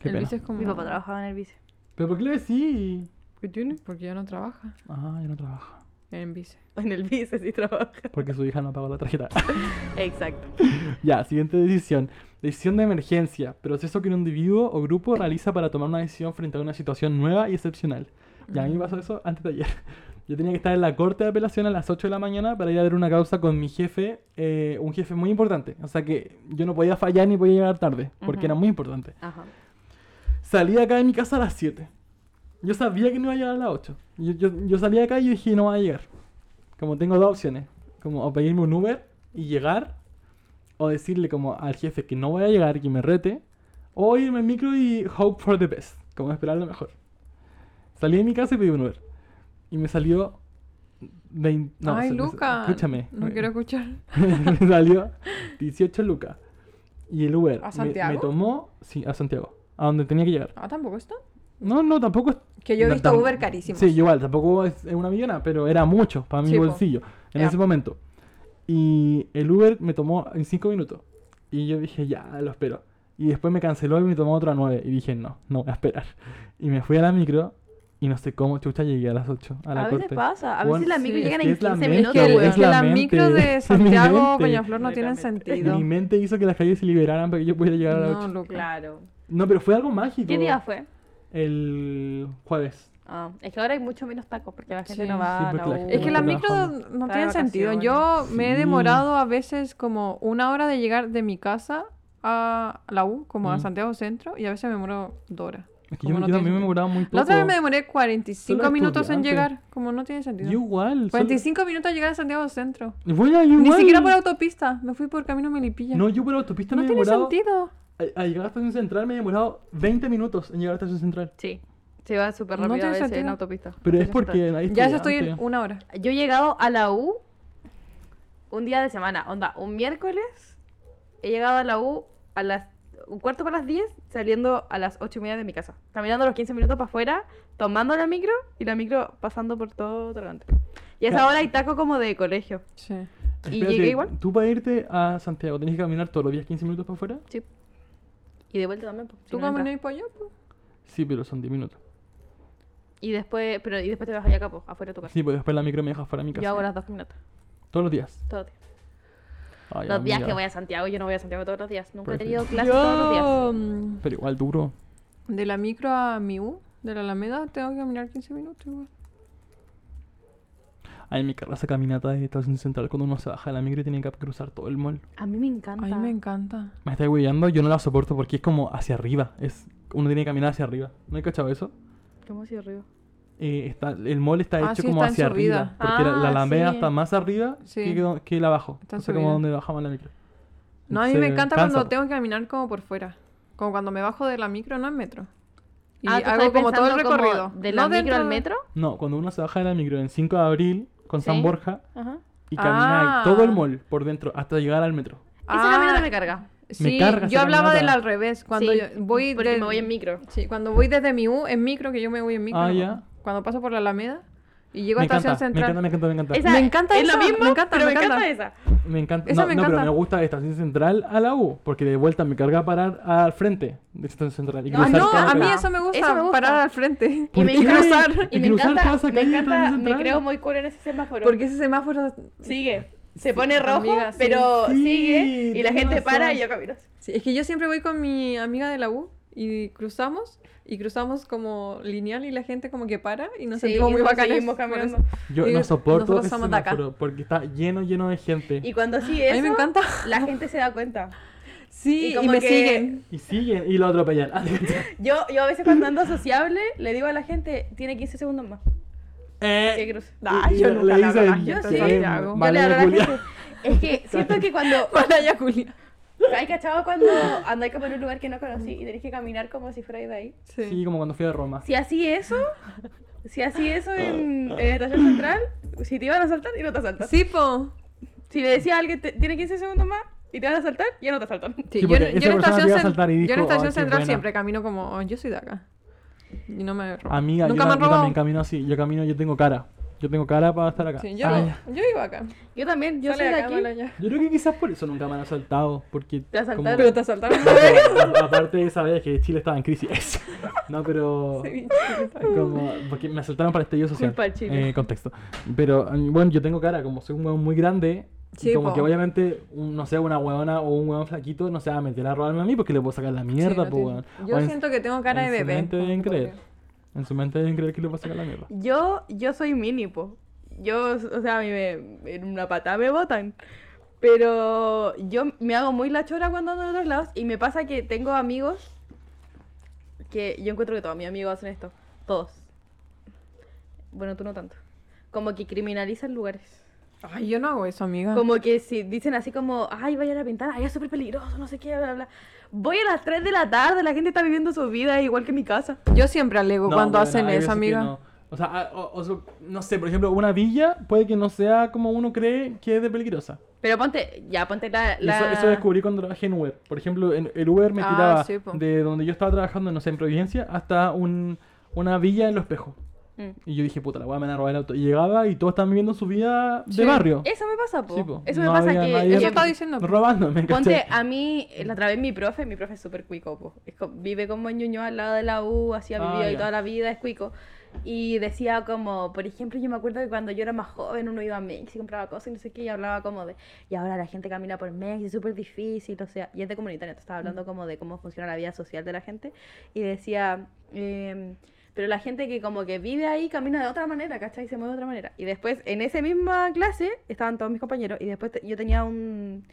Speaker 1: Qué
Speaker 2: el
Speaker 1: pena.
Speaker 2: vice es como.
Speaker 3: Mi papá trabajaba en el vice.
Speaker 1: ¿Pero por qué le decís?
Speaker 2: ¿Qué tiene? Porque yo no trabajo
Speaker 1: Ah, yo no trabajo.
Speaker 2: en vice.
Speaker 3: En el vice sí trabaja.
Speaker 1: Porque su hija no pagó la tarjeta.
Speaker 3: Exacto.
Speaker 1: Ya, siguiente decisión. Decisión de emergencia. Proceso que un individuo o grupo realiza para tomar una decisión frente a una situación nueva y excepcional. Ya, a mí me pasó eso antes de ayer. Yo tenía que estar en la corte de apelación a las 8 de la mañana para ir a ver una causa con mi jefe, eh, un jefe muy importante. O sea que yo no podía fallar ni podía llegar tarde, porque
Speaker 3: Ujú.
Speaker 1: era muy importante.
Speaker 3: Ajá.
Speaker 1: Salí de acá de mi casa a las 7. Yo sabía que no iba a llegar a las 8. Yo, yo, yo salí de acá y dije, no va a llegar. Como tengo dos opciones. Como o pedirme un Uber y llegar. O decirle como al jefe que no voy a llegar y que me rete. O irme en micro y hope for the best. Como esperar lo mejor. Salí de mi casa y pedí un Uber. Y me salió... vein- no,
Speaker 2: Ay,
Speaker 1: se- me-
Speaker 2: Luca.
Speaker 1: Escúchame.
Speaker 2: No quiero escuchar.
Speaker 1: me salió 18 lucas. Y el Uber
Speaker 2: ¿A
Speaker 1: me- Me,
Speaker 2: Santiago?
Speaker 1: tomó... Sí, a Santiago. A donde tenía que llegar.
Speaker 2: Ah, tampoco esto.
Speaker 1: No, no, tampoco es...
Speaker 2: Que yo he
Speaker 1: no,
Speaker 2: visto
Speaker 1: tam-
Speaker 2: Uber carísimo.
Speaker 1: Sí, igual, tampoco es es una millona, pero era mucho para mi
Speaker 2: Sí, po.
Speaker 1: bolsillo en
Speaker 2: Ya.
Speaker 1: ese momento. Y el Uber me tomó en 5 minutos. Y yo dije, ya, lo espero. Y después me canceló y me tomó otra 9. Y dije, no, no voy a esperar. Y me fui a la micro y no sé cómo chucha llegué a las 8 a la
Speaker 3: A veces
Speaker 1: corte.
Speaker 3: pasa. A
Speaker 1: Bueno,
Speaker 3: veces las micro
Speaker 2: sí,
Speaker 3: llegan
Speaker 1: es
Speaker 3: en
Speaker 1: que es la
Speaker 3: 15
Speaker 1: mente,
Speaker 2: Es
Speaker 3: minutos,
Speaker 2: que,
Speaker 1: weón.
Speaker 2: es que
Speaker 1: la
Speaker 2: las
Speaker 1: mente,
Speaker 2: micros de
Speaker 1: es mi
Speaker 2: Santiago
Speaker 1: mente.
Speaker 2: Peñaflor no tienen
Speaker 3: Completamente.
Speaker 1: Y
Speaker 2: sentido.
Speaker 1: mi mente hizo que las calles se liberaran para que yo pudiera llegar a las
Speaker 2: No,
Speaker 1: 8. No,
Speaker 2: Luca.
Speaker 3: Claro.
Speaker 1: pero fue algo mágico.
Speaker 3: ¿Qué día fue?
Speaker 1: El jueves.
Speaker 3: Ah, es que ahora hay mucho menos tacos porque la gente
Speaker 2: Sí.
Speaker 3: no va
Speaker 1: Sí,
Speaker 3: a
Speaker 1: porque
Speaker 3: la
Speaker 1: la
Speaker 3: U.
Speaker 1: gente
Speaker 2: Es que las
Speaker 1: Está
Speaker 2: micros
Speaker 1: trabajando.
Speaker 2: no
Speaker 3: Está de
Speaker 2: tienen sentido.
Speaker 3: vacaciones.
Speaker 2: Yo me he
Speaker 1: Sí.
Speaker 2: demorado a veces como una hora de llegar de mi casa a la U, como a
Speaker 1: Mm.
Speaker 2: Santiago Centro, y a veces me demoro dos horas.
Speaker 1: Es que
Speaker 2: Como
Speaker 1: yo,
Speaker 2: no
Speaker 1: yo
Speaker 2: tiene
Speaker 1: también me
Speaker 2: sentido.
Speaker 1: demoraba muy poco.
Speaker 2: La otra vez me demoré
Speaker 1: Solo
Speaker 2: 45 minutos en
Speaker 1: estudiante.
Speaker 2: llegar, como no tiene sentido.
Speaker 1: Yo igual. solo-
Speaker 2: 45 minutos a llegar a Santiago Centro.
Speaker 1: Bueno, yo
Speaker 2: Ni
Speaker 1: igual.
Speaker 2: siquiera por autopista, me fui por camino Melipilla.
Speaker 1: No, yo por autopista
Speaker 2: No
Speaker 1: me he
Speaker 2: tiene
Speaker 1: demorado.
Speaker 2: sentido.
Speaker 1: A, a llegar a la estación central me he demorado 20 minutos en llegar a la estación central.
Speaker 3: Sí. Se va súper
Speaker 2: No
Speaker 3: rápido a
Speaker 2: tiene
Speaker 3: veces en
Speaker 2: sentido.
Speaker 3: autopista.
Speaker 1: Pero es
Speaker 3: Entonces,
Speaker 1: porque ahí
Speaker 2: Ya eso estoy en una hora.
Speaker 3: Yo he llegado a la U un día de semana, onda, un miércoles. He llegado a la U a las un cuarto para las 10, saliendo a las 8 y media de mi casa. Caminando los 15 minutos para afuera, tomando la micro y la micro pasando por todo Torrente. Y a esa
Speaker 1: Claro.
Speaker 3: hora hay taco como de colegio.
Speaker 2: Sí.
Speaker 3: ¿Y
Speaker 1: Espérate,
Speaker 3: llegué igual?
Speaker 1: Tú para irte a Santiago tenés que caminar todos los días 15 minutos para afuera.
Speaker 3: Sí. Y de vuelta también. po, si
Speaker 2: ¿Tú
Speaker 3: no entras.
Speaker 2: caminas para allá? po?
Speaker 1: Sí, pero son 10 minutos.
Speaker 3: Y después, pero, y después te vas allá a capo, afuera de tu casa.
Speaker 1: Sí, pues después la micro me deja fuera de mi casa.
Speaker 3: Yo hago las dos caminatas.
Speaker 1: Todos los días.
Speaker 3: Todos los días.
Speaker 1: Ay,
Speaker 3: los días
Speaker 1: amiga.
Speaker 3: que voy a Santiago, yo no voy a Santiago todos los días. Nunca he
Speaker 1: Perfecto.
Speaker 3: tenido clases todos los días.
Speaker 2: Yo, mm,
Speaker 1: Pero igual duro.
Speaker 2: de la micro a mi U, de la Alameda, tengo que caminar 15 minutos igual.
Speaker 1: Ay, mi carro esa caminata de estación central cuando uno se baja de la micro y tiene que cruzar todo el mall.
Speaker 3: A mí me encanta.
Speaker 2: A mí me encanta.
Speaker 1: Me está hueveando, yo no la soporto porque es como hacia arriba. Es, uno tiene que caminar hacia arriba. ¿No he cachado eso?
Speaker 3: ¿Cómo hacia arriba?
Speaker 1: Eh, está, el mall está
Speaker 2: Ah,
Speaker 1: hecho
Speaker 2: sí,
Speaker 1: como
Speaker 2: está en
Speaker 1: hacia
Speaker 2: subida.
Speaker 1: arriba. Porque la- la
Speaker 3: Ah,
Speaker 1: alameda
Speaker 3: sí.
Speaker 1: está más arriba
Speaker 2: Sí.
Speaker 1: que, do- que la abajo.
Speaker 2: Está en
Speaker 1: o sea, como
Speaker 2: subida.
Speaker 1: donde bajamos la micro.
Speaker 2: No, a mí
Speaker 1: Se
Speaker 2: me encanta cuando
Speaker 1: cansa.
Speaker 2: tengo que caminar como por fuera. Como cuando me bajo de la micro, no en metro. Y
Speaker 3: Ah, ¿tú
Speaker 2: hago
Speaker 3: estás
Speaker 2: como todo el
Speaker 3: pensando como
Speaker 2: recorrido.
Speaker 3: De la
Speaker 2: No
Speaker 3: micro
Speaker 2: dentro
Speaker 3: al
Speaker 2: de-
Speaker 3: metro.
Speaker 1: No, cuando uno se baja de la micro en 5 de abril con
Speaker 3: Sí.
Speaker 1: San Borja
Speaker 3: Ajá.
Speaker 1: y camina
Speaker 2: Ah.
Speaker 1: ahí todo el mall por dentro hasta llegar al metro.
Speaker 3: Esa caminata
Speaker 2: Ah,
Speaker 3: me carga.
Speaker 1: Me
Speaker 2: Sí,
Speaker 1: carga
Speaker 2: yo
Speaker 1: esa
Speaker 2: hablaba
Speaker 1: caminata.
Speaker 2: del al revés. Cuando
Speaker 3: Sí,
Speaker 2: yo voy
Speaker 3: porque
Speaker 2: del-
Speaker 3: me voy en micro.
Speaker 2: Sí, cuando voy desde mi U en micro, que yo me voy en micro.
Speaker 1: Ah, ya.
Speaker 2: Cuando paso por la Alameda y llego
Speaker 1: Me
Speaker 2: a
Speaker 1: encanta,
Speaker 2: Estación
Speaker 1: me
Speaker 2: Central.
Speaker 1: encanta, me encanta, me encanta.
Speaker 3: Esa-
Speaker 2: Me encanta
Speaker 3: es
Speaker 2: esa,
Speaker 3: lo mismo,
Speaker 2: me encanta,
Speaker 3: pero
Speaker 2: me
Speaker 3: me encanta, esa.
Speaker 1: Me encanta.
Speaker 2: Esa
Speaker 1: no,
Speaker 2: me
Speaker 1: no,
Speaker 2: encanta.
Speaker 1: pero me gusta de Estación Central a la U, porque de vuelta me carga parar al frente de Estación Central. Y
Speaker 3: No,
Speaker 2: Ah,
Speaker 1: cruzar
Speaker 2: no,
Speaker 1: toda la
Speaker 2: a mí
Speaker 1: calle.
Speaker 2: eso me gusta,
Speaker 3: Eso me gusta.
Speaker 2: parar al frente.
Speaker 1: ¿Por
Speaker 3: me
Speaker 1: qué?
Speaker 3: encanta
Speaker 2: cruzar,
Speaker 3: Y
Speaker 1: Y
Speaker 3: me
Speaker 1: cruzar toda
Speaker 3: encanta,
Speaker 1: esa
Speaker 3: me
Speaker 1: calle de
Speaker 3: encanta,
Speaker 1: Estación
Speaker 3: me
Speaker 1: Central.
Speaker 3: creo muy cool en ese semáforo.
Speaker 2: Porque ese semáforo.
Speaker 3: sigue. Se pone rojo,
Speaker 2: Amiga, sí.
Speaker 3: pero
Speaker 1: Sí,
Speaker 3: sigue. Y la
Speaker 1: tienes
Speaker 3: gente para
Speaker 1: razón.
Speaker 3: y yo camino.
Speaker 2: Sí, es que yo siempre voy con mi amiga de la U y cruzamos y cruzamos como lineal y la gente como que para y nos
Speaker 3: Sí,
Speaker 2: sentimos
Speaker 3: y
Speaker 2: muy
Speaker 3: nos
Speaker 2: bacanes.
Speaker 3: seguimos caminando.
Speaker 2: por
Speaker 1: Yo
Speaker 2: Digo,
Speaker 1: no soporto
Speaker 2: nosotros
Speaker 1: ese
Speaker 2: somos de acá.
Speaker 1: semáforo porque está lleno, lleno de gente.
Speaker 3: Y cuando sigue
Speaker 2: eso.
Speaker 3: eso,
Speaker 2: A mí me encanta.
Speaker 3: la gente se da cuenta.
Speaker 2: Sí, y,
Speaker 3: como
Speaker 2: me
Speaker 3: que-
Speaker 2: siguen.
Speaker 1: Y siguen y lo atropellan.
Speaker 3: Yo, yo a veces cuando ando sociable, le digo a la gente, tiene 15 segundos más. Que
Speaker 1: eh,
Speaker 3: cruce.
Speaker 2: Ah,
Speaker 1: y
Speaker 2: yo
Speaker 1: le-
Speaker 2: nunca
Speaker 1: le
Speaker 2: le hablo a la
Speaker 1: dicen,
Speaker 3: gente,
Speaker 1: "Eh,
Speaker 3: sí,
Speaker 1: eh,
Speaker 2: te hago".
Speaker 3: Yo le
Speaker 1: vale,
Speaker 3: hablo a la
Speaker 1: Julia".
Speaker 3: gente. Es que siento que cuando.
Speaker 2: Malaya Julia.
Speaker 3: ¿Hay cachado cuando andáis como en un lugar que no conocí y tenéis que caminar como si fuerais de ahí?
Speaker 2: Sí.
Speaker 1: Sí, como cuando fui a Roma.
Speaker 3: Si así eso, si así eso en, en Estación Central, si te iban a saltar y no te asaltan.
Speaker 2: Sí, po.
Speaker 3: Si le decía a alguien, "Te- tiene 15 segundos más y te van a saltar, ya no te asaltan.
Speaker 2: Sí,
Speaker 1: Sí,
Speaker 2: yo,
Speaker 1: porque
Speaker 2: en-
Speaker 1: esa
Speaker 2: yo en
Speaker 1: persona
Speaker 2: estación,
Speaker 1: te iba a
Speaker 2: cen-
Speaker 1: saltar y
Speaker 2: yo en
Speaker 1: dijo,
Speaker 2: estación
Speaker 1: "Ay, qué
Speaker 2: central
Speaker 1: buena".
Speaker 2: siempre camino como, "Oh, yo soy de acá. Y no me roban.
Speaker 1: Amiga,
Speaker 2: Nunca
Speaker 1: yo,
Speaker 2: me
Speaker 1: ta-
Speaker 2: han
Speaker 1: yo
Speaker 2: robado.
Speaker 1: también camino así. Yo camino, yo tengo cara. Yo tengo cara para estar acá.
Speaker 2: Sí, yo,
Speaker 1: Ay,
Speaker 2: yo vivo acá.
Speaker 3: Yo también, yo
Speaker 2: Sale
Speaker 3: soy de
Speaker 2: acá,
Speaker 3: aquí.
Speaker 2: Malaya.
Speaker 1: yo creo que quizás por eso nunca me han asaltado. Porque
Speaker 3: Te asaltaron.
Speaker 1: como-
Speaker 2: Pero te asaltaron.
Speaker 1: No, aparte de esa vez que Chile estaba en crisis. No, pero... Como, porque me asaltaron para estallido social.
Speaker 3: Culpa de Chile.
Speaker 1: Eh, contexto. Pero, mm, bueno, yo tengo cara, como soy un huevón muy grande. y
Speaker 2: Sí,
Speaker 1: como
Speaker 2: po.
Speaker 1: que obviamente, un- no sé, una huevona o un huevón flaquito no se va a meter a robarme a mí porque le puedo sacar la
Speaker 2: Sí,
Speaker 1: mierda,
Speaker 2: no
Speaker 1: po,
Speaker 2: tiene-
Speaker 1: weón.
Speaker 2: Yo
Speaker 1: O en-
Speaker 2: siento que tengo cara de
Speaker 1: en
Speaker 2: bebé.
Speaker 1: su mente deben creer. En su mente deben creer que le puedo sacar la mierda.
Speaker 3: Yo, yo soy mini, po. Yo, o sea, a mí me, en una patada me botan. Pero yo me hago muy la chora cuando ando en otros lados y me pasa que tengo amigos que yo encuentro que todos mis amigos hacen esto. Todos. Bueno, tú no tanto. Como que criminalizan lugares.
Speaker 2: Ay, yo no hago eso, amiga.
Speaker 3: Como que si dicen así como, ay, vayan a pintar, ay, es súper peligroso, no sé qué, bla, bla, bla. Voy a las 3 de la tarde, la gente está viviendo su vida igual que mi casa.
Speaker 2: Yo siempre alego
Speaker 1: No,
Speaker 2: cuando
Speaker 1: weona,
Speaker 2: hacen
Speaker 1: hay veces
Speaker 2: eso,
Speaker 1: que
Speaker 2: amiga.
Speaker 1: no. O sea, ah, o- o sea, no sé, por ejemplo, una villa puede que no sea como uno cree que es de peligrosa.
Speaker 3: Pero ponte, ya, ponte la...
Speaker 1: Y Eso,
Speaker 3: la-
Speaker 1: eso descubrí cuando trabajé en Uber. Por ejemplo, en, el Uber me
Speaker 2: Ah,
Speaker 1: tiraba
Speaker 2: sí, po.
Speaker 1: de donde yo estaba trabajando, no sé, en Providencia, hasta un- una villa en Los Espejos.
Speaker 3: Mm.
Speaker 1: Y yo dije, puta, la weá me van a robar el auto. Y llegaba y todos estaban viviendo su vida de
Speaker 2: Sí.
Speaker 1: barrio.
Speaker 3: Eso me pasa, po.
Speaker 1: Sí, po.
Speaker 3: Eso
Speaker 1: No
Speaker 3: me pasa
Speaker 1: había
Speaker 3: que...
Speaker 1: nadie
Speaker 2: Eso
Speaker 3: que-
Speaker 2: estaba diciendo. po.
Speaker 1: Robándome,
Speaker 3: Ponte,
Speaker 1: ¿cachai?
Speaker 3: a mí, la otra vez mi profe, mi profe es súper cuico, po. Es co- vive como en Ñuñoa al lado de la U, así ha
Speaker 1: Ah,
Speaker 3: vivido ahí
Speaker 1: ya.
Speaker 3: toda la vida, es cuico. Y decía como, por ejemplo, yo me acuerdo que cuando yo era más joven uno iba a México y compraba cosas y no sé qué, y hablaba como de, y ahora la gente camina por México, es súper difícil, o sea, y es de comunitaria, entonces estaba
Speaker 1: Mm.
Speaker 3: hablando como de cómo funciona la vida social de la gente, y decía, em, pero la gente que como que vive ahí camina de otra manera, ¿cachai? Se mueve de otra manera. Y después, en esa misma clase, estaban todos mis compañeros, y después te- yo tenía un,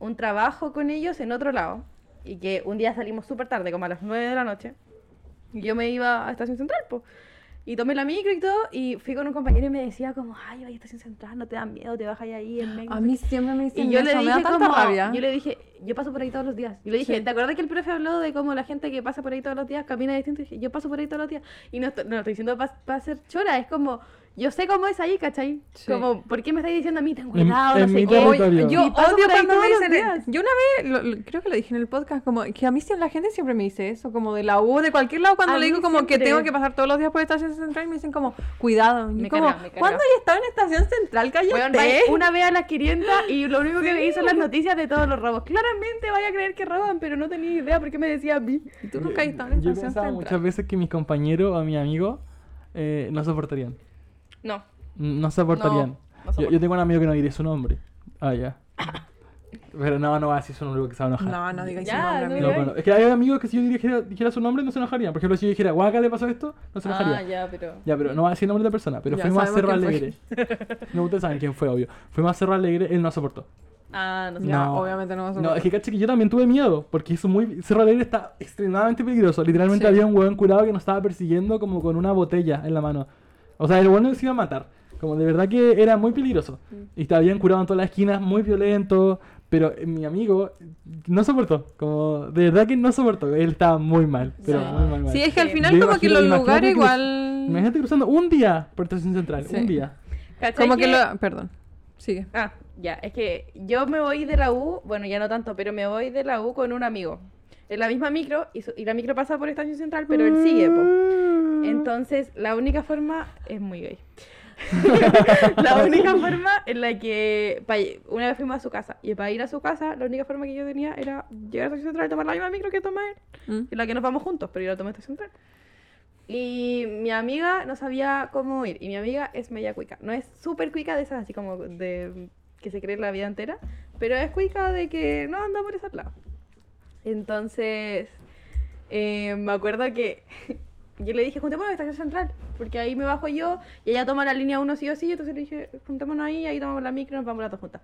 Speaker 3: un trabajo con ellos en otro lado. Y que un día salimos súper tarde, como a las 9 de la noche. Y yo me iba a Estación Central, pues. Y tomé la micro y todo, y fui con un compañero y me decía como, ay, vaya a Estación Central, no te da miedo, te bajas ahí en México.
Speaker 2: A mí siempre me dicen
Speaker 3: y yo
Speaker 2: eso,
Speaker 3: le
Speaker 2: me da
Speaker 3: dije
Speaker 2: tanta
Speaker 3: como,
Speaker 2: rabia.
Speaker 3: yo le dije, yo paso por ahí todos los días. Y le dije,
Speaker 2: Sí.
Speaker 3: ¿te acuerdas que el profe habló de cómo la gente que pasa por ahí todos los días camina distinto? Y dije, yo paso por ahí todos los días. Y no, est- no estoy diciendo para hacer chora, es como, yo sé cómo es ahí, ¿cachai?
Speaker 2: Sí.
Speaker 3: Como, ¿por qué me estáis diciendo a mí tan
Speaker 1: En-
Speaker 3: cuidado?
Speaker 1: en
Speaker 3: no sé
Speaker 1: mi
Speaker 3: qué?
Speaker 2: Oye,
Speaker 1: territorio.
Speaker 2: yo
Speaker 3: Y paso
Speaker 2: odio
Speaker 3: por ahí
Speaker 2: cuando me
Speaker 3: todos los
Speaker 2: dicen.
Speaker 3: días.
Speaker 2: Yo una vez, lo- lo- creo que lo dije en el podcast, como que a mí sí- la gente siempre me dice eso, como de la U, de cualquier lado, cuando
Speaker 3: A
Speaker 2: le
Speaker 3: mí
Speaker 2: digo como que
Speaker 3: siempre.
Speaker 2: tengo que pasar todos los días por estación central, me dicen como, cuidado. Y
Speaker 3: Me
Speaker 2: como,
Speaker 3: carga, me carga.
Speaker 2: ¿cuándo he estado en estación central? Cállate.
Speaker 3: Weón, vais una vez a las 500 y lo único que veis son las noticias de todos los robos. Claramente vaya a creer que roban, pero no tenía idea por qué me decía a mí.
Speaker 2: Y tú nunca has estado en
Speaker 1: Eh, Yo
Speaker 2: estación
Speaker 1: pensaba muchas
Speaker 2: central.
Speaker 1: veces que mis compañeros o mis amigos eh, no soportarían.
Speaker 3: No.
Speaker 1: No soportarían.
Speaker 3: No,
Speaker 1: yo, yo
Speaker 3: no soporto.
Speaker 1: tengo un amigo que no diré su nombre. Ah, ya. Pero no, no va a decir su nombre porque se va a enojar.
Speaker 2: No, no digas
Speaker 3: Ya,
Speaker 2: su nombre, amigo.
Speaker 3: no
Speaker 1: No, bueno, es que hay amigos que si yo dijera, dijera su nombre no se enojarían. Por ejemplo, si yo dijera, guaca, le pasó esto, no
Speaker 3: Ah,
Speaker 1: se enojaría. Ah, ya.
Speaker 3: pero.
Speaker 1: pero no va a decir nombre de persona. Pero
Speaker 2: Ya,
Speaker 1: fuimos a Cerro
Speaker 2: sabemos quién
Speaker 1: Alegre. No, ustedes saben quién fue, obvio. Fuimos a Cerro Alegre, él no soportó.
Speaker 3: Ah, no
Speaker 2: Ya, obviamente no va a
Speaker 1: No,
Speaker 2: soportar.
Speaker 1: es que caché que yo también tuve miedo, porque hizo muy... Cerro Alegre está extremadamente peligroso. Literalmente
Speaker 2: Sí.
Speaker 1: había un huevón curado que nos estaba persiguiendo como con una botella en la mano. O sea, el huevón nos iba a matar. Como de verdad que era muy peligroso. Y te habían curado en todas las esquinas, muy violento. Pero eh, mi amigo eh, no soportó. Como, de verdad que no soportó. Él estaba muy mal. Pero
Speaker 3: Sí.
Speaker 1: muy mal, mal.
Speaker 2: Sí, es que al
Speaker 3: Sí.
Speaker 2: final
Speaker 1: Yo
Speaker 2: como que
Speaker 1: imagino-
Speaker 2: los
Speaker 1: imagínate
Speaker 2: lugares
Speaker 1: que-
Speaker 2: igual...
Speaker 1: Imagínate cruzando un día por Estación Central.
Speaker 2: Sí.
Speaker 1: Un día.
Speaker 2: Como que lo... Perdón, sigue.
Speaker 3: Ah, ya, es que yo me voy de la U, bueno, ya no tanto, pero me voy de la U con un amigo. En la misma micro, y, su- y la micro pasa por Estación Central, pero él sigue, po.
Speaker 1: Mm.
Speaker 3: Entonces, la única forma es muy gay. la única forma en la que pa- una vez fuimos a su casa y para ir a su casa la única forma que yo tenía era llegar a Estación Central y tomar la misma micro que toma él
Speaker 2: Mm.
Speaker 3: en la que nos vamos juntos, pero yo la tomé a Estación Central. Y mi amiga no sabía cómo ir. Y mi amiga es media cuica. No es súper cuica de esas, así como de que se cree la vida entera. Pero es cuica de que no anda por esos lados. Entonces, eh, me acuerdo que yo le dije, juntémonos en Estación Central. Porque ahí me bajo yo y ella toma la línea 1 sí o sí. Entonces le dije, juntémonos ahí, ahí tomamos la micro y nos vamos las dos juntas.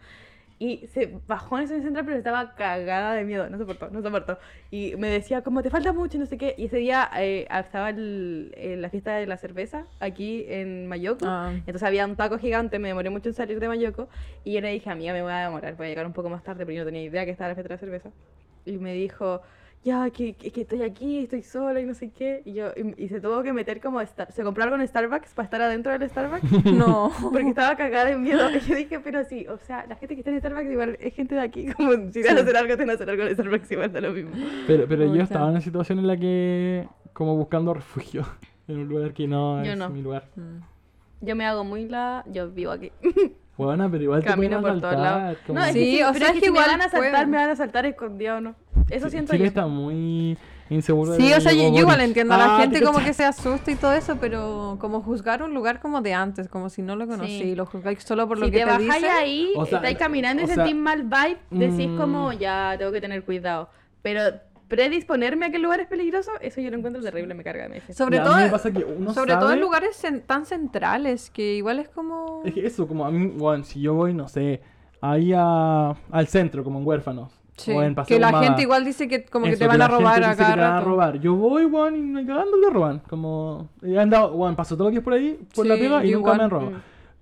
Speaker 3: Y se bajó en estación central, pero estaba cagada de miedo, no soportó, no soportó. Y me decía, como te falta mucho, no sé qué. Y ese día eh, estaba el- eh, la fiesta de la cerveza aquí en Mayoco.
Speaker 2: Ah.
Speaker 3: Entonces había un taco gigante, me demoré mucho en salir de Mayoco. Y yo le dije, amiga, me voy a demorar, voy a llegar un poco más tarde, porque yo no tenía idea que estaba la fiesta de la cerveza. Y me dijo, ya, que, que, que estoy aquí, estoy sola y no sé qué. Y, yo, y, y se tuvo que meter como, a Star- se compró algo en Starbucks para estar adentro del Starbucks.
Speaker 2: No.
Speaker 3: Porque estaba cagada de miedo. Y yo dije, pero sí, o sea, la gente que está en Starbucks igual es gente de aquí. Como si van a hacer algo, te van a hacer algo en Starbucks igual da lo mismo.
Speaker 1: Pero, pero yo
Speaker 2: Pucha.
Speaker 1: estaba en una situación en la que... Como buscando refugio. En un lugar que no
Speaker 3: Yo
Speaker 1: es
Speaker 3: no.
Speaker 1: mi lugar.
Speaker 2: Mm.
Speaker 3: Yo me hago muy la. Yo vivo aquí.
Speaker 1: Buena, pero igual te
Speaker 3: Camino
Speaker 1: pueden
Speaker 3: por todos
Speaker 1: asaltar,
Speaker 3: lados.
Speaker 1: como-
Speaker 3: No, es
Speaker 2: Sí,
Speaker 3: que, si-
Speaker 2: o
Speaker 3: pero
Speaker 2: sea,
Speaker 3: es que,
Speaker 2: es que
Speaker 3: si me
Speaker 2: igual
Speaker 3: van a saltar,
Speaker 2: pueden.
Speaker 3: me van a saltar escondida o no. Eso siento
Speaker 1: Chile
Speaker 3: yo.
Speaker 1: está muy inseguro.
Speaker 2: Sí,
Speaker 1: de-
Speaker 2: o sea,
Speaker 1: de
Speaker 2: yo, yo
Speaker 1: Boris.
Speaker 2: igual entiendo a la
Speaker 1: Ah, te
Speaker 2: gente como
Speaker 1: cachai.
Speaker 2: que se asusta y todo eso, pero como juzgar un lugar como de antes, como si no lo conocí,
Speaker 3: Sí.
Speaker 2: lo juzgáis solo por
Speaker 3: si
Speaker 2: lo que
Speaker 3: te,
Speaker 2: te,
Speaker 3: bajáis
Speaker 2: dicen.
Speaker 3: ahí,
Speaker 1: O sea,
Speaker 3: estáis caminando y
Speaker 1: o sea,
Speaker 3: sentís mal vibe, decís
Speaker 1: mm.
Speaker 3: como, ya, tengo que tener cuidado. Pero predisponerme a que el lugar es peligroso, eso yo lo encuentro terrible, me carga de mí.
Speaker 2: Sobre
Speaker 1: Ya, a mí
Speaker 2: todo,
Speaker 1: me pasa que uno
Speaker 2: sobre todo en
Speaker 1: sabe-
Speaker 2: lugares cen- tan centrales, que igual es como...
Speaker 1: Es que eso, como a mí, bueno, si yo voy, no sé, ahí a- al centro, como en huérfanos.
Speaker 2: Sí,
Speaker 1: o en Paseo
Speaker 2: que la
Speaker 1: Ahumada.
Speaker 2: gente igual dice que como que
Speaker 1: Eso,
Speaker 2: te van
Speaker 1: la
Speaker 2: a robar
Speaker 1: gente
Speaker 2: a
Speaker 1: dice que
Speaker 2: cada
Speaker 1: te van a
Speaker 2: rato.
Speaker 1: robar. Yo voy, weón, y me cagando te roban. Como. He andado, weón, paso todo lo que es por ahí, por la
Speaker 2: Sí,
Speaker 1: pega, y
Speaker 2: yo
Speaker 1: nunca
Speaker 2: igual,
Speaker 1: me han robado.
Speaker 3: mm.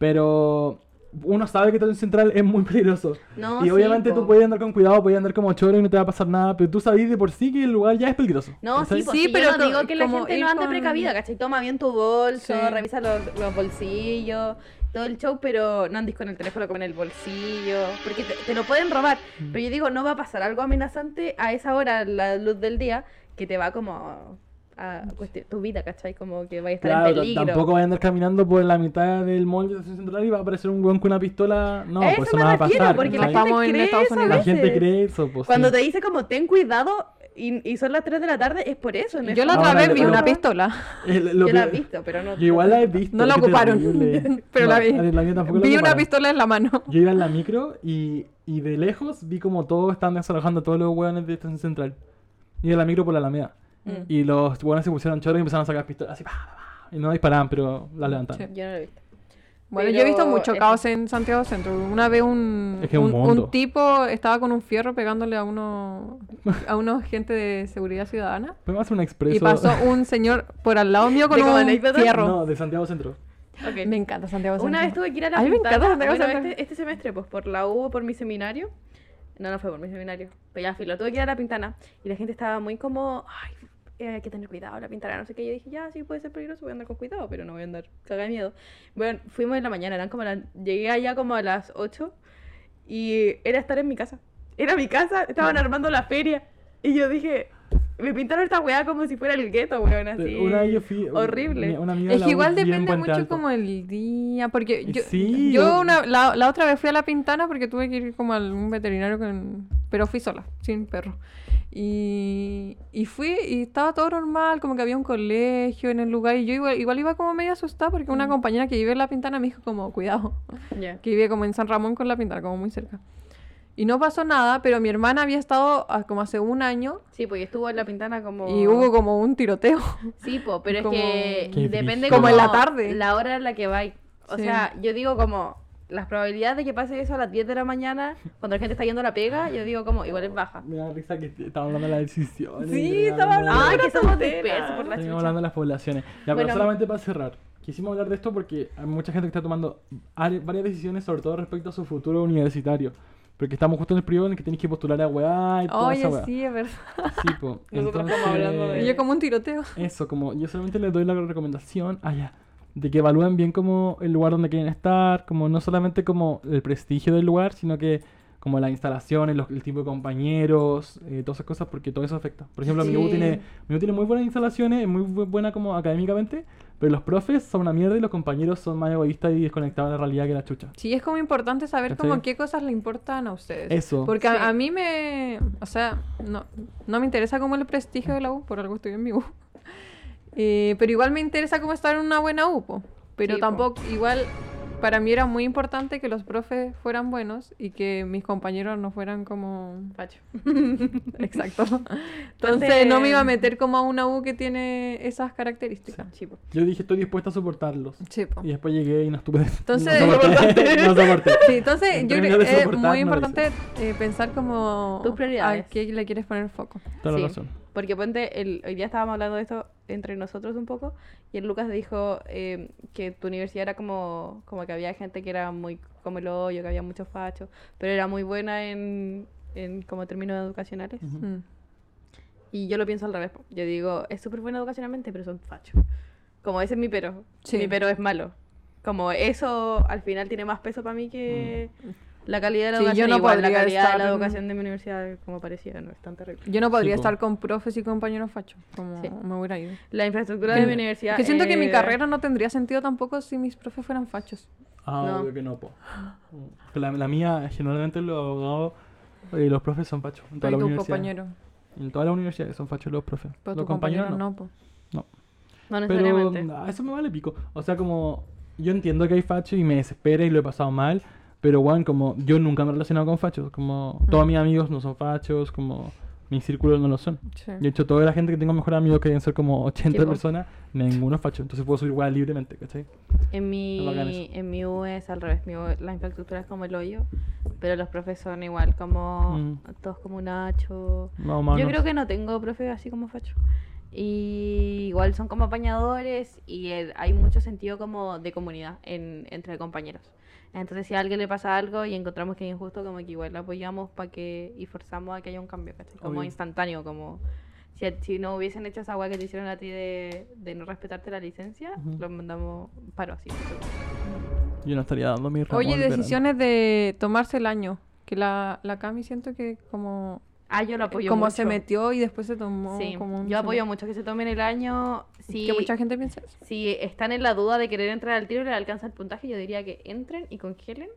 Speaker 1: Pero. Uno sabe que todo en central es muy peligroso.
Speaker 3: No,
Speaker 1: y
Speaker 3: sí,
Speaker 1: obviamente
Speaker 3: po.
Speaker 1: tú puedes andar con cuidado, puedes andar como choro y no te va a pasar nada. Pero tú sabes de por sí que el lugar ya es peligroso.
Speaker 3: No, sí,
Speaker 1: ¿cachai?
Speaker 3: po,
Speaker 2: Sí,
Speaker 3: sí,
Speaker 2: pero
Speaker 3: pero no
Speaker 2: co-
Speaker 3: digo que la
Speaker 2: como
Speaker 3: gente
Speaker 2: ir
Speaker 3: no ande
Speaker 2: con-
Speaker 3: precavida, ¿cachai? Toma bien tu bolso,
Speaker 2: Sí.
Speaker 3: revisa los, los bolsillos, todo el show, pero no andes con el teléfono como en el bolsillo, porque te, te lo pueden robar.
Speaker 1: Mm.
Speaker 3: Pero yo digo, no va a pasar algo amenazante a esa hora, la luz del día, que te va como a, a cuestion- tu vida, ¿cachai? Como que va a estar
Speaker 1: Claro,
Speaker 3: en
Speaker 1: t-
Speaker 3: peligro.
Speaker 1: tampoco voy a andar caminando por la mitad del mall de Estación Central y va a aparecer un weón con una pistola. No,
Speaker 3: a eso,
Speaker 1: pues eso
Speaker 3: me
Speaker 1: no va a
Speaker 3: refiero,
Speaker 1: pasar.
Speaker 3: porque
Speaker 1: ¿cachai?
Speaker 3: la
Speaker 2: No estamos en
Speaker 3: gente cree
Speaker 2: Estados
Speaker 3: eso a
Speaker 2: Unidos.
Speaker 1: La gente
Speaker 3: veces.
Speaker 1: cree eso, pues.
Speaker 3: Cuando
Speaker 1: sí.
Speaker 3: te dice como, ten cuidado, y, y son las 3 de la tarde, es por eso. ¿no? Es
Speaker 2: Yo la
Speaker 3: como-
Speaker 2: otra
Speaker 1: Ahora
Speaker 2: vez
Speaker 1: le-
Speaker 2: vi
Speaker 1: lo-
Speaker 2: una pistola,
Speaker 1: Eh, lo- lo
Speaker 3: Yo la he
Speaker 1: que-
Speaker 3: visto, pero no.
Speaker 1: Yo igual la he visto.
Speaker 2: no la
Speaker 1: qué
Speaker 2: ocuparon,
Speaker 1: terrible.
Speaker 2: pero
Speaker 1: No,
Speaker 2: la vi.
Speaker 1: la mía tampoco la
Speaker 2: vi una
Speaker 1: ocuparon.
Speaker 2: pistola en la mano.
Speaker 1: Yo iba en la micro y, y de lejos vi como todos estaban desalojando a todos los hueones de Estación Central. Iba en la micro por la Alameda.
Speaker 2: Mm.
Speaker 1: Y los hueones se pusieron choros y empezaron a sacar pistolas así. pa, pa, pa, y no disparaban, pero la levantaron.
Speaker 2: Sí.
Speaker 3: Yo no la he visto.
Speaker 2: Bueno, yo he visto
Speaker 3: Pero
Speaker 2: mucho
Speaker 3: eso.
Speaker 2: caos en Santiago Centro. Una vez un,
Speaker 1: Es que es un mundo.
Speaker 2: tipo estaba con un fierro pegándole a uno a unos gente de seguridad ciudadana
Speaker 1: Podemos hacer un expreso.
Speaker 2: y pasó un señor por al lado mío con
Speaker 3: ¿De como
Speaker 2: un
Speaker 3: anécdota?
Speaker 2: fierro.
Speaker 1: No, de Santiago Centro.
Speaker 3: Ok.
Speaker 2: Me encanta Santiago Centro.
Speaker 3: Una vez tuve que ir a la
Speaker 2: Ay, me encanta
Speaker 3: ventana,
Speaker 2: Santiago
Speaker 3: bueno,
Speaker 2: Centro.
Speaker 3: este, este semestre, pues por la U, por mi seminario, No, no fue por mi seminario. Pero ya, filo, tuve que ir a la pintana. Y la gente estaba muy como, ay, eh, hay que tener cuidado, la pintana, no sé qué. Yo dije, ya, sí, puede ser peligroso, voy a andar con cuidado, pero no voy a andar cagada de miedo. Bueno, fuimos en la mañana, eran como las- llegué allá como a las 8 y era estar en mi casa. Era mi casa, estaban armando la feria. Y yo dije, me pintaron esta weá como si fuera el gueto, weón, así.
Speaker 1: Una vez yo fui.
Speaker 3: horrible.
Speaker 1: mi- una amiga de
Speaker 2: Ah, Es
Speaker 1: la
Speaker 2: que
Speaker 1: U
Speaker 2: igual
Speaker 1: vivía en
Speaker 2: depende
Speaker 1: Puente
Speaker 2: mucho
Speaker 1: Alto. Eh,
Speaker 2: como el día, porque yo,
Speaker 1: Sí,
Speaker 2: yo
Speaker 1: o-
Speaker 2: una- la, la otra vez fui a la pintana porque tuve que ir como a un veterinario, con, pero fui sola, sin perro. Y, y fui y estaba todo normal, como que había un colegio en el lugar y yo igual, igual iba como medio asustada porque
Speaker 3: Mm.
Speaker 2: una compañera que vive en la pintana me dijo como, cuidado,
Speaker 3: Ya.
Speaker 2: que vive como en San Ramón con la pintana, como muy cerca. Y no pasó nada, pero mi hermana había estado ah, como hace un año
Speaker 3: Sí, porque estuvo en la pintana como...
Speaker 2: y hubo como un tiroteo.
Speaker 3: Sí, po, pero
Speaker 2: Como-
Speaker 3: es
Speaker 1: Qué
Speaker 3: que depende
Speaker 1: brígido. Como
Speaker 2: en la tarde.
Speaker 3: La hora en la que vais. O
Speaker 2: Sí.
Speaker 3: sea, yo digo como las probabilidades de que pase eso a las 10 de la mañana, cuando la gente está yendo a la pega, yo digo como igual es baja.
Speaker 1: Me da risa que estaba hablando de la decisión.
Speaker 2: Sí, estaba
Speaker 1: Ah,
Speaker 2: hablando
Speaker 3: Ay,
Speaker 2: Ay,
Speaker 3: que somos dispersos por la
Speaker 1: Estamos
Speaker 3: chucha.
Speaker 1: hablando de las poblaciones. Ya,
Speaker 3: Bueno.
Speaker 1: pero solamente para cerrar. Quisimos hablar de esto porque hay mucha gente que está tomando are- varias decisiones, sobre todo respecto a su futuro universitario. Porque estamos justo en el periodo en el que tienes que postular a weá y toda esa
Speaker 2: Oye,
Speaker 1: weá.
Speaker 2: sí, es verdad.
Speaker 1: Sí, po.
Speaker 3: Nosotros estamos hablando de-
Speaker 2: Y yo como un tiroteo.
Speaker 1: Eso, como yo solamente les doy la recomendación allá de que evalúen bien como el lugar donde quieren estar, como no solamente como el prestigio del lugar, sino que como las instalaciones, los- el tipo de compañeros, eh, todas esas cosas, porque todo eso afecta. Por ejemplo, mi, U
Speaker 2: Sí.
Speaker 1: tiene, mi U tiene muy buenas instalaciones, es muy bu- buena como académicamente, pero los profes son una mierda y los compañeros son más egoístas y desconectados de la realidad que la chucha.
Speaker 2: Sí, es como importante saber
Speaker 1: ¿Cachai?
Speaker 2: como qué cosas le importan a ustedes.
Speaker 1: Eso.
Speaker 2: Porque a-
Speaker 3: Sí.
Speaker 2: a, mí me... O sea, no, no me interesa como el prestigio de la U, por algo estoy en mi U. Eh, pero igual me interesa como estar en una buena U, po. Pero
Speaker 3: Sí, po.
Speaker 2: tampoco, igual, para mí era muy importante que los profes fueran buenos y que mis compañeros no fueran como...
Speaker 3: Pacho.
Speaker 2: Exacto. Entonces no me iba a meter como a una U que tiene esas características.
Speaker 3: Sí, po.
Speaker 1: Yo dije, estoy dispuesta a soportarlos.
Speaker 2: Sí, po.
Speaker 1: Y después llegué y no estuve...
Speaker 2: Entonces-
Speaker 1: no soporté. no soporté.
Speaker 2: Sí, entonces
Speaker 1: En
Speaker 2: yo creo
Speaker 1: términos de
Speaker 2: que es
Speaker 1: soportar,
Speaker 2: muy
Speaker 1: no
Speaker 2: importante eh, pensar como
Speaker 3: Tus prioridades.
Speaker 2: a qué le quieres poner foco.
Speaker 1: Toda
Speaker 3: Sí.
Speaker 1: la razón.
Speaker 3: Porque ponte, el, hoy día estábamos hablando de esto entre nosotros un poco, y el Lucas dijo eh, que tu universidad era como, como que había gente que era muy como el hoyo, que había muchos fachos, pero era muy buena en, en como términos educacionales.
Speaker 1: Ujú.
Speaker 2: Mm.
Speaker 3: Y yo lo pienso al revés. po. Yo digo, es súper bueno educacionalmente, pero son fachos. Como ese es mi pero.
Speaker 2: Sí.
Speaker 3: Mi pero es malo. Como eso al final tiene más peso para mí que la calidad de la
Speaker 2: Mm. Sí, yo
Speaker 3: educación.
Speaker 2: no
Speaker 3: Igual la
Speaker 2: podría
Speaker 3: calidad de la
Speaker 2: estar en-
Speaker 3: educación de mi universidad, como parecía, no es tan terrible.
Speaker 2: Yo no podría
Speaker 1: Sí, po.
Speaker 2: estar con profes y compañeros fachos, como
Speaker 3: Sí.
Speaker 2: me hubiera ido.
Speaker 3: La infraestructura de mi
Speaker 1: Que-
Speaker 3: universidad.
Speaker 2: que siento que mi
Speaker 3: eh,
Speaker 2: carrera no tendría sentido tampoco si mis profes fueran fachos.
Speaker 1: Ah,
Speaker 3: No.
Speaker 1: obvio que no, po. La, la mía, generalmente los abogados y los profes son fachos. En todas
Speaker 2: Y
Speaker 1: las
Speaker 2: tus
Speaker 1: universidades.
Speaker 2: compañeros.
Speaker 1: En todas las universidades son fachos los profes.
Speaker 2: Pero
Speaker 1: los
Speaker 2: tus compañeros no, po.
Speaker 3: No
Speaker 1: Pero
Speaker 3: necesariamente.
Speaker 1: ah, eso me vale pico. O sea, como yo entiendo que hay fachos y me desespera y lo he pasado mal. Pero, weón, como yo nunca me he relacionado con fachos. Como
Speaker 3: Mm.
Speaker 1: todos mis amigos no son fachos, como mi círculo no lo son.
Speaker 2: Sí.
Speaker 1: De hecho, toda la gente que tengo mejor amigos que deben ser como 80
Speaker 3: Sí, po.
Speaker 1: personas, ninguno es facho. Entonces puedo subir weón libremente, ¿cachai?
Speaker 3: En
Speaker 1: Es bacán
Speaker 3: mi,
Speaker 1: eso.
Speaker 3: en mi U es al revés. Mi U, la infraestructura es como el hoyo, pero los profes son igual, como
Speaker 1: Mm.
Speaker 3: todos como un hacho.
Speaker 1: Más o menos.
Speaker 3: Yo creo que no tengo profes así como facho. Y igual son como apañadores y el- hay mucho sentido como de comunidad en, entre compañeros. Entonces si a alguien le pasa algo y encontramos que es injusto, como que igual lo apoyamos para que y forzamos a que haya un cambio, ¿cachai? Como
Speaker 1: Obvio.
Speaker 3: instantáneo, como si, a- si no hubiesen hecho esa agua que te hicieron a ti de, de no respetarte la licencia,
Speaker 1: Ujú.
Speaker 3: lo mandamos paro así.
Speaker 1: Yo no estaría dando mi ramo
Speaker 2: Oye,
Speaker 1: al
Speaker 2: y
Speaker 1: verano.
Speaker 2: decisiones de tomarse el año. Que la, la Cami siento que como,
Speaker 3: Ah, yo lo apoyo
Speaker 2: Eh, como
Speaker 3: mucho.
Speaker 2: se metió y después se tomó
Speaker 3: Sí,
Speaker 2: como un
Speaker 3: yo apoyo
Speaker 2: semestre.
Speaker 3: mucho que se tomen el año. Sí,
Speaker 2: Que mucha gente piensa eso.
Speaker 3: Si están en la duda de querer entrar al tiro y les alcanza el puntaje, yo diría que entren y congelen.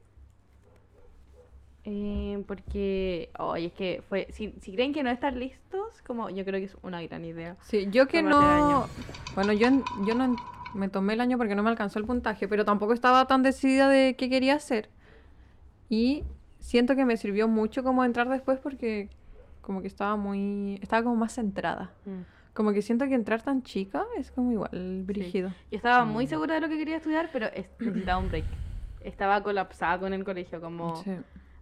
Speaker 3: Eh, porque, oye, es que fue. Si, si creen que no están listos, como yo creo que es una gran idea.
Speaker 2: Sí, yo que
Speaker 3: Tómate
Speaker 2: no.
Speaker 3: daño.
Speaker 2: Bueno, yo, en- yo no en- me tomé el año porque no me alcanzó el puntaje, pero tampoco estaba tan decidida de qué quería hacer. Y siento que me sirvió mucho como entrar después porque como que estaba muy. Estaba como más centrada. Como que siento que entrar tan chica es como igual brígido.
Speaker 3: Yo estaba
Speaker 2: Mm.
Speaker 3: muy segura de lo que quería estudiar, pero es- necesitaba un break. Estaba colapsada con el colegio, como
Speaker 2: Sí,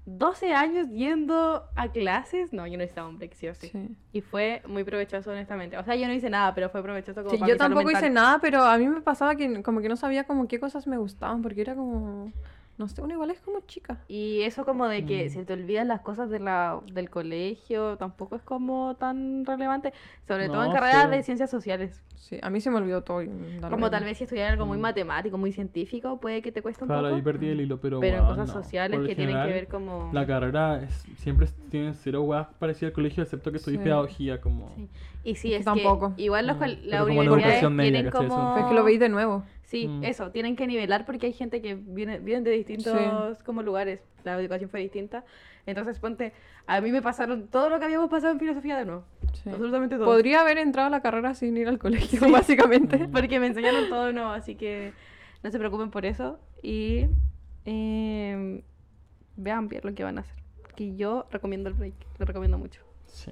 Speaker 3: 12 años yendo a clases. No, yo necesitaba un break, sí o sí.
Speaker 2: sí.
Speaker 3: Y fue muy provechoso, honestamente. O sea, yo no hice nada, pero fue provechoso como
Speaker 2: Sí,
Speaker 3: para
Speaker 2: yo
Speaker 3: mi salud
Speaker 2: tampoco hice
Speaker 3: mental.
Speaker 2: nada, pero a mí me pasaba que como que no sabía como qué cosas me gustaban porque era como. No sé, uno igual es como chica.
Speaker 3: Y eso como de que
Speaker 1: Mm.
Speaker 3: se te olvidan las cosas de la, del colegio tampoco es como tan relevante, sobre todo en
Speaker 1: No,
Speaker 3: carreras
Speaker 1: pero-
Speaker 3: de ciencias sociales.
Speaker 2: Sí, a mí se me olvidó todo. y da lo
Speaker 3: Como
Speaker 2: mismo.
Speaker 3: tal vez si estudiar algo muy
Speaker 1: Mm.
Speaker 3: matemático, muy científico, puede que te cueste un
Speaker 1: Claro, ahí
Speaker 3: poco.
Speaker 1: perdí el hilo, pero.
Speaker 3: Pero en
Speaker 1: weón,
Speaker 3: cosas
Speaker 1: no.
Speaker 3: sociales
Speaker 1: Por lo
Speaker 3: que tienen que
Speaker 1: general,
Speaker 3: ver como...
Speaker 1: La carrera es- siempre es- tiene cero weas parecidas al colegio, excepto que estudié
Speaker 2: Sí.
Speaker 1: pedagogía, como.
Speaker 3: Sí. Y sí,
Speaker 2: que
Speaker 3: es
Speaker 2: tampoco.
Speaker 3: que igual los,
Speaker 1: Mm,
Speaker 3: col-
Speaker 1: pero
Speaker 3: la
Speaker 1: como la
Speaker 3: universidad
Speaker 1: educación media,
Speaker 3: tienen
Speaker 1: ¿cachai? Eso-
Speaker 3: como...
Speaker 2: Pero es que lo veis de nuevo.
Speaker 3: Sí,
Speaker 1: Mm.
Speaker 3: eso, tienen que nivelar porque hay gente que viene, vienen de distintos como lugares, la educación fue distinta. Entonces, ponte, a mí me pasaron todo lo que habíamos pasado en filosofía de nuevo,
Speaker 2: Sí.
Speaker 3: absolutamente todo.
Speaker 2: Podría haber entrado a la carrera sin ir al colegio, básicamente.
Speaker 1: Mm.
Speaker 3: Porque me enseñaron todo de nuevo, así que no se preocupen por eso y eh, vean bien lo que van a hacer. Que yo recomiendo el break, lo recomiendo mucho.
Speaker 1: Sí.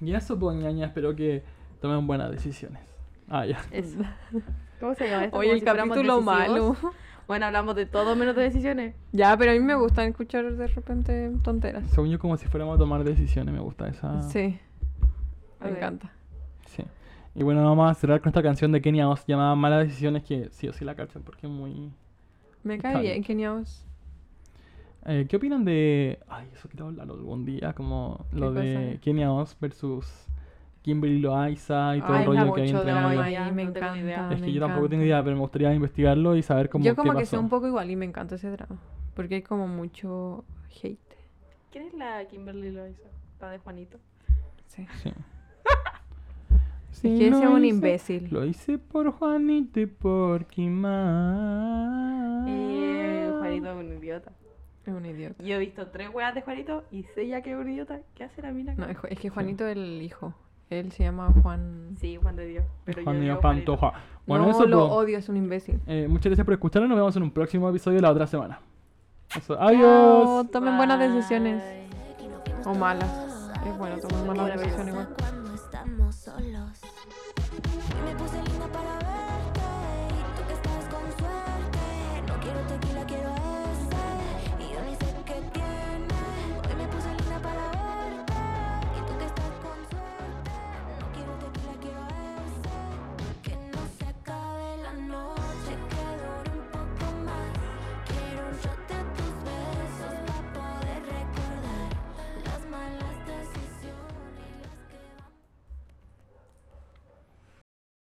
Speaker 1: Y eso, pues, ñaña, espero que tomen buenas decisiones. Ah, ya.
Speaker 3: Eso. ¿Cómo se llama esto?
Speaker 2: Oye,
Speaker 3: Como
Speaker 2: el
Speaker 3: si fuéramos
Speaker 2: capítulo malo.
Speaker 3: decisivos. Bueno, hablamos de todo menos de decisiones.
Speaker 2: Ya, pero a mí me gusta escuchar de repente tonteras.
Speaker 1: Según yo, como si fuéramos a tomar decisiones, me gusta esa.
Speaker 2: Sí. Me
Speaker 3: Ok.
Speaker 2: encanta.
Speaker 1: Sí. Y bueno, vamos a cerrar con esta canción de Kenia Oz llamada Malas Decisiones, que sí o sí la cachan porque es muy...
Speaker 2: Me
Speaker 1: Está
Speaker 2: cae
Speaker 1: bien.
Speaker 2: bien, Kenia Oz.
Speaker 1: Eh, ¿Qué opinan de... Ay, eso quiero hablar algún día, como lo
Speaker 2: ¿Qué
Speaker 1: de
Speaker 2: cosa?
Speaker 1: Kenia Oz versus Kimberly Loaiza y todo
Speaker 2: Ay,
Speaker 1: el rollo
Speaker 2: mucho
Speaker 1: que hay entre
Speaker 2: drama
Speaker 1: ambos.
Speaker 2: ahí,
Speaker 3: Ya,
Speaker 2: me
Speaker 3: no tengo ni idea.
Speaker 2: encanta.
Speaker 1: Es
Speaker 2: me
Speaker 1: que yo tampoco
Speaker 2: encanta.
Speaker 1: tengo idea, pero me gustaría investigarlo y saber cómo
Speaker 2: Yo
Speaker 1: qué
Speaker 2: como que
Speaker 1: pasó.
Speaker 2: soy un poco igual y me encanta ese drama. Porque hay como mucho hate.
Speaker 3: ¿Quién es la Kimberly Loaiza? La de Juanito.
Speaker 2: Sí.
Speaker 1: Sí.
Speaker 2: Es
Speaker 1: Sí,
Speaker 2: que ese es
Speaker 1: lo
Speaker 2: un
Speaker 1: hice-
Speaker 2: imbécil.
Speaker 1: Lo hice por Juanito y por Kimar.
Speaker 3: Eh, Juanito es un idiota.
Speaker 2: Es un idiota.
Speaker 3: Yo he visto tres weas de Juanito y sé ya que es un idiota. ¿Qué hace la mina?
Speaker 2: No, es Ju- es que Juanito es el hijo. Él se llama Juan...
Speaker 3: Sí, Juan de Dios. Pero
Speaker 1: Juan
Speaker 3: yo
Speaker 1: Diego
Speaker 3: digo Juanito.
Speaker 1: Pantoja. Bueno,
Speaker 2: no,
Speaker 1: eso
Speaker 2: lo
Speaker 1: po.
Speaker 2: odio, es un imbécil.
Speaker 1: Eh, muchas gracias por escucharnos. Nos vemos en un próximo episodio la otra semana. Eso,
Speaker 2: Chao,
Speaker 1: adiós.
Speaker 2: Tomen buenas decisiones.
Speaker 3: Bye.
Speaker 2: O malas. Es bueno tomar malas
Speaker 3: Buena
Speaker 2: decisiones
Speaker 3: persona.
Speaker 2: igual.
Speaker 4: Cuando estamos solos. Y me puse linda para verte. Y tú que estás con suerte. No quiero tequila, quiero él.